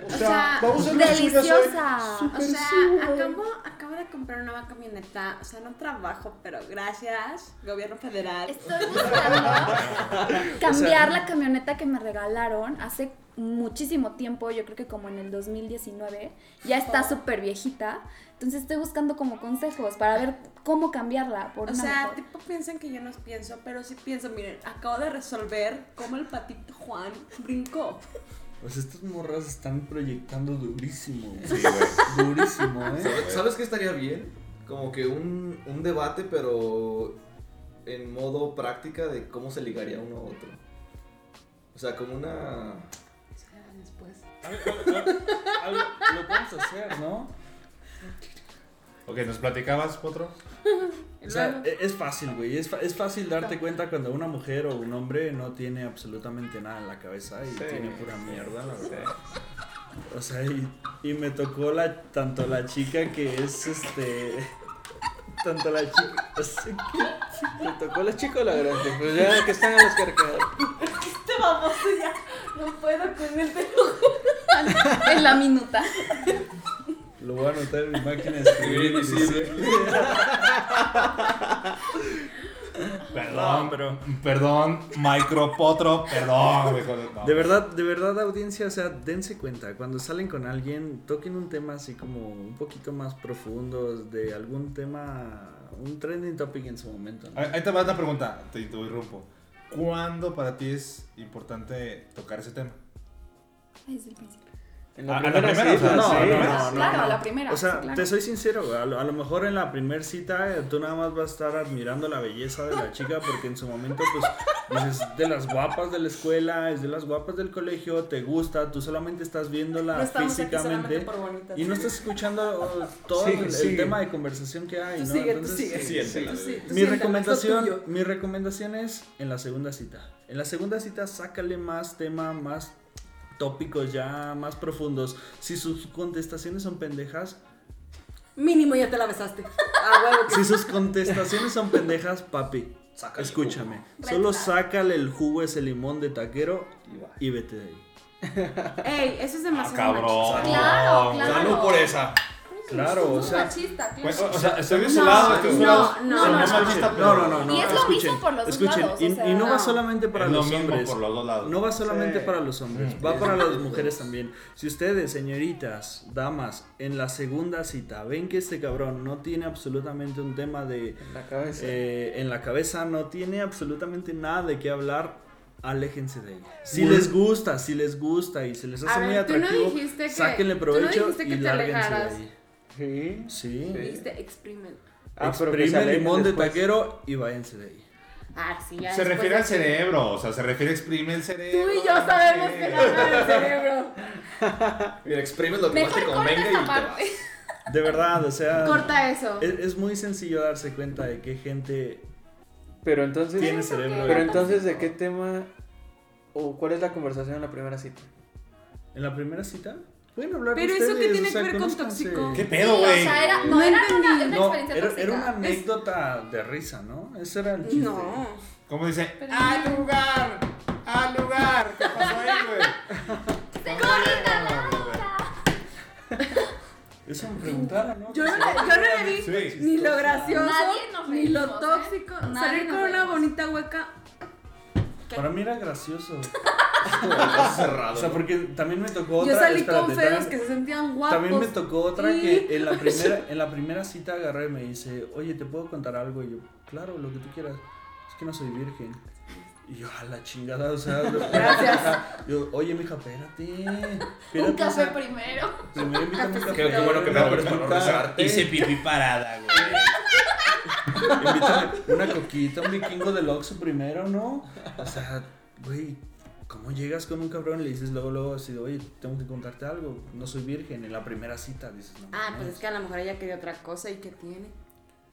[SPEAKER 1] O sea,
[SPEAKER 4] sea,
[SPEAKER 1] vamos a las uñas hoy.
[SPEAKER 3] deliciosa.
[SPEAKER 1] Súper
[SPEAKER 4] O sea,
[SPEAKER 1] sí, güey.
[SPEAKER 4] acabo, acabo de comprar una nueva camioneta. O sea, no trabajo, pero gracias, gobierno federal.
[SPEAKER 3] Estoy buscando cambiar la camioneta que me regalaron hace muchísimo tiempo, yo creo que como en el 2019, ya está
[SPEAKER 4] Oh.
[SPEAKER 3] súper viejita, entonces estoy buscando como consejos para ver cómo cambiarla por
[SPEAKER 4] O
[SPEAKER 3] una
[SPEAKER 4] sea,
[SPEAKER 3] mejor.
[SPEAKER 4] tipo piensan que yo no pienso, pero sí pienso, miren, acabo de resolver cómo el patito Juan brincó.
[SPEAKER 2] pues estas morras están proyectando durísimo, güey.
[SPEAKER 1] Sí, güey.
[SPEAKER 2] durísimo, ¿eh?
[SPEAKER 6] ¿Sabes, ¿sabes qué estaría bien? Como que un, un debate, pero en modo práctica de cómo se ligaría uno a otro. O sea, como una...
[SPEAKER 4] O sea, después.
[SPEAKER 2] Algo- lo podemos hacer, ¿no?
[SPEAKER 1] Ok, ¿nos platicabas, Potro?
[SPEAKER 4] Y
[SPEAKER 2] O sea,
[SPEAKER 4] luego,
[SPEAKER 2] e- es fácil, güey. Es, fa- es fácil darte cuenta cuando una mujer o un hombre no tiene absolutamente nada en la cabeza y
[SPEAKER 6] Sí.
[SPEAKER 2] tiene pura mierda, la verdad. O sea, y, y me tocó la, tanto la chica que es este. Tanto la chica. o sea,
[SPEAKER 5] ¿Le tocó la chica o la grande? Pues ya que están a los carcajadas.
[SPEAKER 4] este baboso ya no puedo con él.
[SPEAKER 3] en la minuta.
[SPEAKER 2] que lo voy a anotar en mi máquina de escribir. invisible.
[SPEAKER 1] Perdón, pero. Perdón, micropotro, perdón, güey. joder, no.
[SPEAKER 2] De verdad, de verdad, audiencia, o sea, dense cuenta, cuando salen con alguien, toquen un tema así como un poquito más profundo, de algún tema, un trending topic en su momento. ¿no?
[SPEAKER 1] Ahí ahí te va una pregunta, te interrumpo. ¿Cuándo para ti es importante tocar ese tema?
[SPEAKER 3] Desde el principio.
[SPEAKER 5] En
[SPEAKER 1] Ah,
[SPEAKER 5] la
[SPEAKER 1] ¿a la
[SPEAKER 5] primera
[SPEAKER 1] primera?
[SPEAKER 5] cita,
[SPEAKER 1] O sea,
[SPEAKER 5] sí.
[SPEAKER 1] no, no,
[SPEAKER 5] no.
[SPEAKER 1] no,
[SPEAKER 3] claro, la primera.
[SPEAKER 2] O sea,
[SPEAKER 3] sí, claro.
[SPEAKER 2] te soy sincero, güey, a lo, a lo mejor en la primer cita eh, tú nada más vas a estar admirando la belleza de la chica porque en su momento pues dices, de las guapas de la escuela, es de las guapas del colegio, te gusta, tú solamente estás viéndola
[SPEAKER 4] No estamos aquí solamente
[SPEAKER 2] Ah, físicamente
[SPEAKER 4] por bonitas.
[SPEAKER 2] y no estás escuchando oh, todo
[SPEAKER 5] Sí,
[SPEAKER 2] el,
[SPEAKER 5] sí.
[SPEAKER 2] el tema de conversación que hay,
[SPEAKER 4] Tú
[SPEAKER 2] ¿no?
[SPEAKER 4] sigue, tú
[SPEAKER 2] Entonces,
[SPEAKER 4] sigue.
[SPEAKER 2] sí.
[SPEAKER 8] Siéntela,
[SPEAKER 4] Tú sí,
[SPEAKER 8] bebé.
[SPEAKER 4] tú
[SPEAKER 2] Mi
[SPEAKER 4] siéntala, es
[SPEAKER 2] recomendación,
[SPEAKER 4] lo tuyo.
[SPEAKER 2] mi recomendación es en la segunda cita. En la segunda cita sácale más tema, más tópicos ya más profundos. Si sus contestaciones son pendejas,
[SPEAKER 4] Mínimo ya te la besaste. A huevo que
[SPEAKER 2] si sus contestaciones son pendejas, papi, escúchame.
[SPEAKER 3] jugo.
[SPEAKER 2] Solo
[SPEAKER 3] Red flag.
[SPEAKER 2] sácale el jugo a ese limón de taquero
[SPEAKER 6] Y va.
[SPEAKER 2] y vete de ahí.
[SPEAKER 4] Ey, eso es demasiado.
[SPEAKER 1] Ah, Cabrón.
[SPEAKER 3] Claro, claro.
[SPEAKER 7] Salud por esa.
[SPEAKER 2] Claro, o sea,
[SPEAKER 3] Machista, claro.
[SPEAKER 1] Pues, o o sea, estoy de su
[SPEAKER 3] No,
[SPEAKER 1] lado, estoy de su
[SPEAKER 3] no,
[SPEAKER 1] lado.
[SPEAKER 3] no,
[SPEAKER 1] Soy
[SPEAKER 3] no,
[SPEAKER 1] más
[SPEAKER 3] no.
[SPEAKER 1] machista,
[SPEAKER 2] no,
[SPEAKER 1] pero-
[SPEAKER 2] no, no, no.
[SPEAKER 3] Y es lo
[SPEAKER 2] escuchen,
[SPEAKER 3] mismo por los dos
[SPEAKER 2] escuchen,
[SPEAKER 3] lados, o
[SPEAKER 2] y,
[SPEAKER 3] sea,
[SPEAKER 2] y no, va
[SPEAKER 3] no.
[SPEAKER 2] solamente para
[SPEAKER 1] Es lo
[SPEAKER 2] los
[SPEAKER 1] mismo
[SPEAKER 2] hombres.
[SPEAKER 1] por los dos lados.
[SPEAKER 2] No va solamente
[SPEAKER 5] Sí.
[SPEAKER 2] para los hombres,
[SPEAKER 1] Mm.
[SPEAKER 2] va para las mujeres también. Si ustedes, señoritas, damas, en la segunda cita ven que este cabrón no tiene absolutamente un tema de
[SPEAKER 5] La cabeza.
[SPEAKER 2] eh, en la cabeza, no tiene absolutamente nada de qué hablar, aléjense de él. Si les gusta, si les gusta y se les hace
[SPEAKER 4] ver,
[SPEAKER 2] muy
[SPEAKER 4] tú no
[SPEAKER 2] atractivo,
[SPEAKER 4] dijiste que-
[SPEAKER 2] sáquenle
[SPEAKER 4] tú no
[SPEAKER 2] provecho
[SPEAKER 4] dijiste que
[SPEAKER 2] y
[SPEAKER 4] te
[SPEAKER 2] lárguense de
[SPEAKER 4] alejaras.
[SPEAKER 2] ahí.
[SPEAKER 5] Sí.
[SPEAKER 2] Sí.
[SPEAKER 5] Sí.
[SPEAKER 4] Viste, exprimen.
[SPEAKER 5] Ah, pero que se
[SPEAKER 2] Exprime el
[SPEAKER 5] alejen
[SPEAKER 2] limón de
[SPEAKER 5] después.
[SPEAKER 2] taquero y váyanse de ahí.
[SPEAKER 4] Ah, sí, ya.
[SPEAKER 1] Se
[SPEAKER 4] después
[SPEAKER 1] refiere
[SPEAKER 4] de-
[SPEAKER 1] al cerebro, o sea, se refiere a exprime el cerebro.
[SPEAKER 4] Tú y yo
[SPEAKER 1] no
[SPEAKER 4] sabemos
[SPEAKER 1] sé.
[SPEAKER 4] que no el cerebro.
[SPEAKER 6] Mira, exprimes lo que más
[SPEAKER 3] Mejor
[SPEAKER 6] te
[SPEAKER 3] corta
[SPEAKER 6] convenga y te
[SPEAKER 3] esa
[SPEAKER 6] vas.
[SPEAKER 3] parte.
[SPEAKER 2] De verdad, o sea.
[SPEAKER 4] Corta eso.
[SPEAKER 2] Es, es muy sencillo darse cuenta de qué gente
[SPEAKER 5] Pero entonces.
[SPEAKER 2] Tiene cerebro.
[SPEAKER 5] Pero
[SPEAKER 2] de-
[SPEAKER 5] entonces, ¿de qué tema o cuál es la conversación en la primera cita?
[SPEAKER 2] En la primera cita pueden hablar de
[SPEAKER 4] Pero ¿eso qué
[SPEAKER 2] ustedes,
[SPEAKER 4] tiene
[SPEAKER 2] o sea,
[SPEAKER 4] que ver con
[SPEAKER 2] conózcanse.
[SPEAKER 4] tóxico?
[SPEAKER 1] ¿Qué
[SPEAKER 3] Sí,
[SPEAKER 1] pedo,
[SPEAKER 3] o
[SPEAKER 1] güey?
[SPEAKER 3] sea, era, no, era una, una
[SPEAKER 2] No,
[SPEAKER 3] experiencia
[SPEAKER 2] era,
[SPEAKER 3] tóxica.
[SPEAKER 2] era una anécdota de risa, ¿no? Ese era el chiste.
[SPEAKER 4] No.
[SPEAKER 1] ¿Cómo dice?
[SPEAKER 3] Pero-
[SPEAKER 1] ¡Al lugar! ¡Al lugar! ¿Qué pasó ahí, güey?
[SPEAKER 2] Eso me preguntaron, ¿no?
[SPEAKER 4] Yo no, le- yo no le vi
[SPEAKER 1] Sí.
[SPEAKER 4] ni lo gracioso,
[SPEAKER 3] Nadie nos
[SPEAKER 4] ni lo
[SPEAKER 3] reímos, ¿eh?
[SPEAKER 4] tóxico.
[SPEAKER 3] Nadie
[SPEAKER 4] Salir
[SPEAKER 3] nos
[SPEAKER 4] con una
[SPEAKER 3] reímos.
[SPEAKER 4] bonita hueca.
[SPEAKER 2] Para mí era gracioso.
[SPEAKER 6] cerrado.
[SPEAKER 2] O sea, porque también me tocó otra.
[SPEAKER 4] Yo salí
[SPEAKER 2] espérate,
[SPEAKER 4] con feos
[SPEAKER 2] también-
[SPEAKER 4] que se sentían guapos.
[SPEAKER 2] También me tocó otra
[SPEAKER 4] Y-
[SPEAKER 2] que en la primera, en la primera cita agarré y me dice, oye, ¿te puedo contar algo? Y yo, claro, lo que tú quieras. Es que no soy virgen. Y yo, a la chingada, o sea. Gracias. Yo, oye, mija, espérate. espérate
[SPEAKER 3] Un café
[SPEAKER 2] o sea,
[SPEAKER 3] primero.
[SPEAKER 2] primero
[SPEAKER 4] Ah,
[SPEAKER 2] invítame
[SPEAKER 4] pues,
[SPEAKER 2] un café.
[SPEAKER 6] Qué, qué bueno que me
[SPEAKER 2] Invítame
[SPEAKER 6] acuerdo para no rezarte.
[SPEAKER 1] pipí parada, güey.
[SPEAKER 2] una coquita, un vikingo del Oxxo primero, ¿no? O sea, güey, ¿cómo llegas con un cabrón y le dices luego, luego, así de, oye, tengo que contarte algo? No soy virgen. En la primera cita dices, no.
[SPEAKER 4] Ah, pues
[SPEAKER 2] mames,
[SPEAKER 4] es que a lo mejor ella quería otra cosa y que tiene.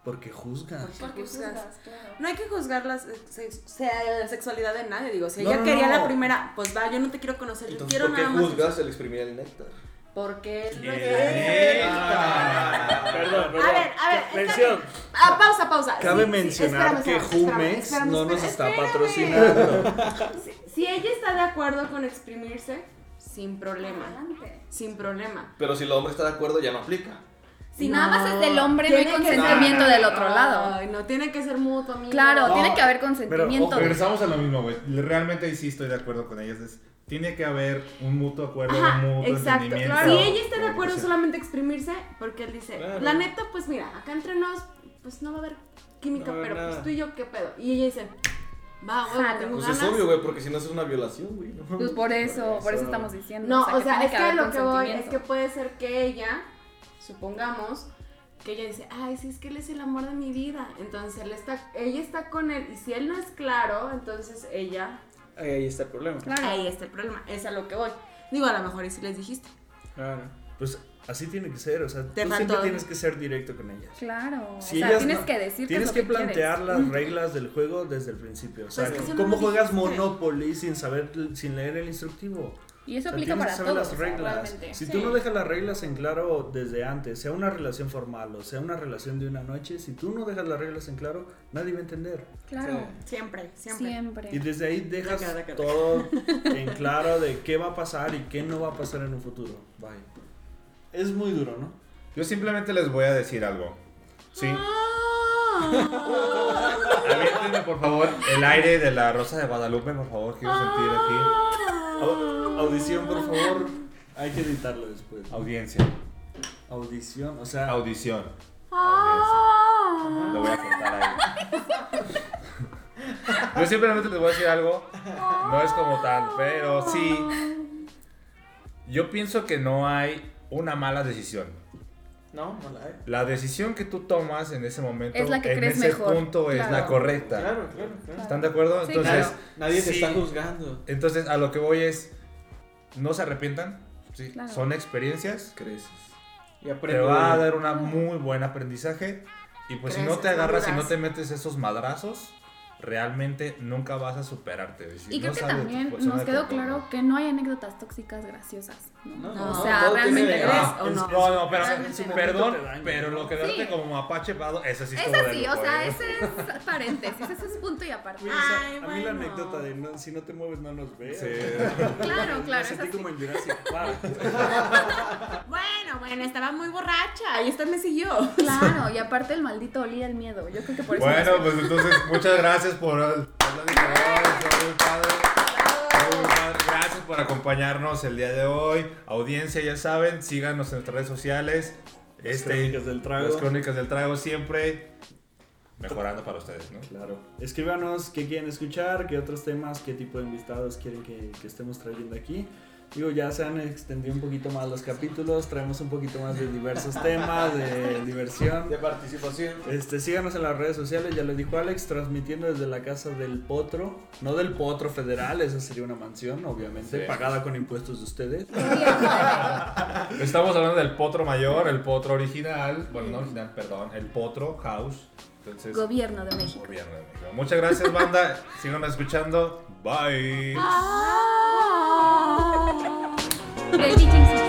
[SPEAKER 2] Porque juzgas.
[SPEAKER 4] Porque juzgas.
[SPEAKER 3] claro.
[SPEAKER 4] No hay que juzgar la, sex- sex- sea- la sexualidad de nadie. Digo, si
[SPEAKER 2] No,
[SPEAKER 4] ella
[SPEAKER 2] no,
[SPEAKER 4] quería
[SPEAKER 2] no.
[SPEAKER 4] la primera, pues va, yo no te quiero conocer, yo
[SPEAKER 6] Entonces,
[SPEAKER 4] quiero
[SPEAKER 6] ¿por qué
[SPEAKER 4] nada más.
[SPEAKER 6] juzgas el exprimir el néctar?
[SPEAKER 4] Porque es lo que-
[SPEAKER 6] Ah,
[SPEAKER 1] ¡Neta!
[SPEAKER 5] Perdón,
[SPEAKER 4] A ver, a ver,
[SPEAKER 5] Mención.
[SPEAKER 4] Ah, pausa, pausa.
[SPEAKER 2] Cabe
[SPEAKER 4] Sí, sí,
[SPEAKER 2] mencionar
[SPEAKER 4] espérame,
[SPEAKER 2] que
[SPEAKER 4] espérame, espérame,
[SPEAKER 2] Jumex
[SPEAKER 4] espérame,
[SPEAKER 2] no nos
[SPEAKER 4] espérame,
[SPEAKER 2] está
[SPEAKER 4] espérame.
[SPEAKER 2] patrocinando.
[SPEAKER 4] Si- Si ella está de acuerdo con exprimirse, sin problema.
[SPEAKER 3] Adelante.
[SPEAKER 4] Sin problema.
[SPEAKER 6] Pero si el hombre está de acuerdo, ya no aplica.
[SPEAKER 3] Si nada más es del hombre, no hay
[SPEAKER 4] Tiene que ser-
[SPEAKER 3] consentimiento
[SPEAKER 4] No, no,
[SPEAKER 3] del
[SPEAKER 4] no,
[SPEAKER 3] otro
[SPEAKER 4] no,
[SPEAKER 3] lado.
[SPEAKER 4] ay, no, tiene que ser mutuo, amigo.
[SPEAKER 3] Claro,
[SPEAKER 4] No.
[SPEAKER 3] tiene que haber consentimiento.
[SPEAKER 1] Ojo, regresamos a lo mismo, güey. Realmente ahí sí estoy de acuerdo con ellas. Es, tiene que haber un mutuo acuerdo,
[SPEAKER 4] Ajá,
[SPEAKER 1] un mutuo
[SPEAKER 4] exacto.
[SPEAKER 1] entendimiento.
[SPEAKER 4] Si ella está de acuerdo
[SPEAKER 1] comunicación.
[SPEAKER 4] solamente exprimirse, porque él dice,
[SPEAKER 6] Claro.
[SPEAKER 4] la neta, pues mira, acá entre nos, pues no va a haber química,
[SPEAKER 5] No va a haber
[SPEAKER 4] pero
[SPEAKER 5] nada.
[SPEAKER 4] pues tú y yo, ¿qué pedo? Y ella dice, va,
[SPEAKER 3] Jalo.
[SPEAKER 4] bueno, tengo
[SPEAKER 6] Pues
[SPEAKER 4] ganas.
[SPEAKER 6] es obvio, güey, porque si no eso es una violación, güey. ¿no?
[SPEAKER 3] Pues por eso, por eso
[SPEAKER 5] eso.
[SPEAKER 3] estamos diciendo.
[SPEAKER 4] No, o sea,
[SPEAKER 3] tiene
[SPEAKER 4] es que a
[SPEAKER 3] haber
[SPEAKER 4] lo que voy es
[SPEAKER 3] consentimiento.
[SPEAKER 4] que puede ser que ella, supongamos, que ella dice, ay, sí, es que él es el amor de mi vida. Entonces él está, ella está con él, y si él no es claro, entonces ella,
[SPEAKER 5] Ahí, ahí está el problema.
[SPEAKER 3] Claro.
[SPEAKER 4] ahí está el problema, es a lo que voy. Digo, a lo mejor y si les dijiste.
[SPEAKER 5] Claro.
[SPEAKER 2] Pues así tiene que ser, o sea,
[SPEAKER 4] Te
[SPEAKER 2] tú
[SPEAKER 4] faltó.
[SPEAKER 2] siempre tienes que ser directo con ellas.
[SPEAKER 3] Claro.
[SPEAKER 2] Si
[SPEAKER 3] o sea,
[SPEAKER 2] ellas
[SPEAKER 3] tienes
[SPEAKER 2] no-
[SPEAKER 3] que decir
[SPEAKER 2] Tienes que,
[SPEAKER 3] que, es lo
[SPEAKER 2] plantear
[SPEAKER 3] quieres.
[SPEAKER 2] las reglas del juego desde el principio. O sea,
[SPEAKER 4] Pues es que si no
[SPEAKER 2] ¿cómo
[SPEAKER 4] lo
[SPEAKER 2] juegas
[SPEAKER 4] dijiste.
[SPEAKER 2] Monopoly sin saber, sin leer el instructivo?
[SPEAKER 3] Y eso
[SPEAKER 2] O sea,
[SPEAKER 3] aplica
[SPEAKER 2] tienes
[SPEAKER 3] para
[SPEAKER 2] que saber las
[SPEAKER 3] todos. o sea,
[SPEAKER 2] reglas.
[SPEAKER 3] realmente.
[SPEAKER 2] si
[SPEAKER 3] Sí.
[SPEAKER 2] tú no dejas las reglas en claro desde antes, sea una relación formal o sea una relación de una noche, si tú no dejas las reglas en claro, nadie va a entender.
[SPEAKER 3] Claro,
[SPEAKER 4] Siempre, siempre.
[SPEAKER 3] siempre.
[SPEAKER 2] Y desde ahí dejas
[SPEAKER 4] Daca, daca, daca.
[SPEAKER 2] todo en claro de qué va a pasar y qué no va a pasar en un futuro. Bye. Es muy duro, ¿no?
[SPEAKER 1] Yo simplemente les voy a decir algo. Sí.
[SPEAKER 4] Ah.
[SPEAKER 1] Aviéntenme, por favor, el aire de la Rosa de Guadalupe, por favor. Quiero sentir aquí.
[SPEAKER 4] Ah.
[SPEAKER 2] Au- audición, por favor. Hay que editarlo después.
[SPEAKER 1] Audiencia.
[SPEAKER 2] Audición, o sea,
[SPEAKER 1] Audición.
[SPEAKER 4] Ah.
[SPEAKER 1] Lo voy a cortar ahí. Yo simplemente les voy a decir algo. No es como tal, pero sí. Yo pienso que no hay una mala decisión.
[SPEAKER 5] No, no la hay.
[SPEAKER 1] La decisión que tú tomas en ese momento,
[SPEAKER 3] Es la que
[SPEAKER 1] en
[SPEAKER 3] crees
[SPEAKER 1] ese
[SPEAKER 3] mejor.
[SPEAKER 1] punto, es
[SPEAKER 3] Claro.
[SPEAKER 1] la correcta.
[SPEAKER 5] Claro, claro, claro.
[SPEAKER 1] ¿Están de acuerdo?
[SPEAKER 3] Sí,
[SPEAKER 1] Entonces,
[SPEAKER 3] claro.
[SPEAKER 5] Nadie te
[SPEAKER 1] sí.
[SPEAKER 5] está juzgando.
[SPEAKER 1] Entonces, a lo que voy es, no se arrepientan, sí,
[SPEAKER 3] Claro.
[SPEAKER 1] son experiencias,
[SPEAKER 6] Creces.
[SPEAKER 5] Y
[SPEAKER 1] te
[SPEAKER 5] aprende.
[SPEAKER 1] va a
[SPEAKER 5] de-
[SPEAKER 1] dar una muy buen aprendizaje y pues si no
[SPEAKER 4] Creces,
[SPEAKER 1] te agarras, si no
[SPEAKER 4] maduras.
[SPEAKER 1] te metes esos madrazos, realmente nunca vas a superarte. Y si
[SPEAKER 3] Y
[SPEAKER 1] no
[SPEAKER 3] creo que
[SPEAKER 1] sales de tu
[SPEAKER 3] también
[SPEAKER 2] pues,
[SPEAKER 1] zona
[SPEAKER 3] nos
[SPEAKER 1] de
[SPEAKER 3] quedó
[SPEAKER 1] confort,
[SPEAKER 3] claro que no hay anécdotas tóxicas graciosas. ¿no?
[SPEAKER 5] No,
[SPEAKER 3] o
[SPEAKER 5] todo
[SPEAKER 3] sea,
[SPEAKER 5] tiene
[SPEAKER 3] realmente.
[SPEAKER 5] que
[SPEAKER 4] ¿Crees
[SPEAKER 5] ver.
[SPEAKER 1] Ah,
[SPEAKER 4] o
[SPEAKER 1] es-
[SPEAKER 4] no?
[SPEAKER 1] no, no, pero,
[SPEAKER 3] Realmente no.
[SPEAKER 1] perdón,
[SPEAKER 2] Te daña,
[SPEAKER 1] pero
[SPEAKER 2] ¿no?
[SPEAKER 1] lo quedarte
[SPEAKER 3] Sí.
[SPEAKER 1] como mapache pado, eso sí
[SPEAKER 3] Es
[SPEAKER 1] estuvo de
[SPEAKER 3] así, o
[SPEAKER 1] lujo,
[SPEAKER 3] sea,
[SPEAKER 1] ¿eh?
[SPEAKER 3] ese es paréntesis, ese es punto y aparte.
[SPEAKER 2] Oye, o sea,
[SPEAKER 4] Ay,
[SPEAKER 2] a mí la
[SPEAKER 4] bueno.
[SPEAKER 2] anécdota de no- si no te mueves no nos ves.
[SPEAKER 1] Sí.
[SPEAKER 3] Ah, Claro,
[SPEAKER 2] Me
[SPEAKER 3] claro, es
[SPEAKER 2] sentí
[SPEAKER 3] así.
[SPEAKER 2] como en Jurassic Park.
[SPEAKER 4] Bueno, bueno, estaba muy borracha y esta me siguió.
[SPEAKER 3] Claro, y aparte el maldito olía el miedo. Yo creo que por eso.
[SPEAKER 1] Bueno, pues entonces muchas gracias por por la discusión, estuvo muy padre, estuvo muy padre. Gracias por acompañarnos el día de hoy. Audiencia, ya saben, síganos en nuestras redes sociales.
[SPEAKER 2] Las
[SPEAKER 1] Este,
[SPEAKER 2] crónicas del trago.
[SPEAKER 1] las crónicas del trago siempre mejorando para ustedes, ¿no?
[SPEAKER 2] Claro. Escríbanos qué quieren escuchar, qué otros temas, qué tipo de invitados quieren que, que estemos trayendo aquí. Digo, ya se han extendido un poquito más los capítulos, traemos un poquito más de diversos temas, de diversión.
[SPEAKER 5] de participación.
[SPEAKER 2] Este, síganos en las redes sociales, ya les dijo Alex, transmitiendo desde la casa del Potro, no del Potro Federal, esa sería una mansión, obviamente,
[SPEAKER 1] Sí.
[SPEAKER 2] pagada con impuestos de ustedes.
[SPEAKER 1] Estamos hablando del potro mayor, el potro original, bueno, no original, perdón, el potro house. Entonces,
[SPEAKER 3] Gobierno de México.
[SPEAKER 1] gobierno de México. Muchas gracias, banda. Sigan escuchando. Bye.
[SPEAKER 3] Ah. Baby Jesus.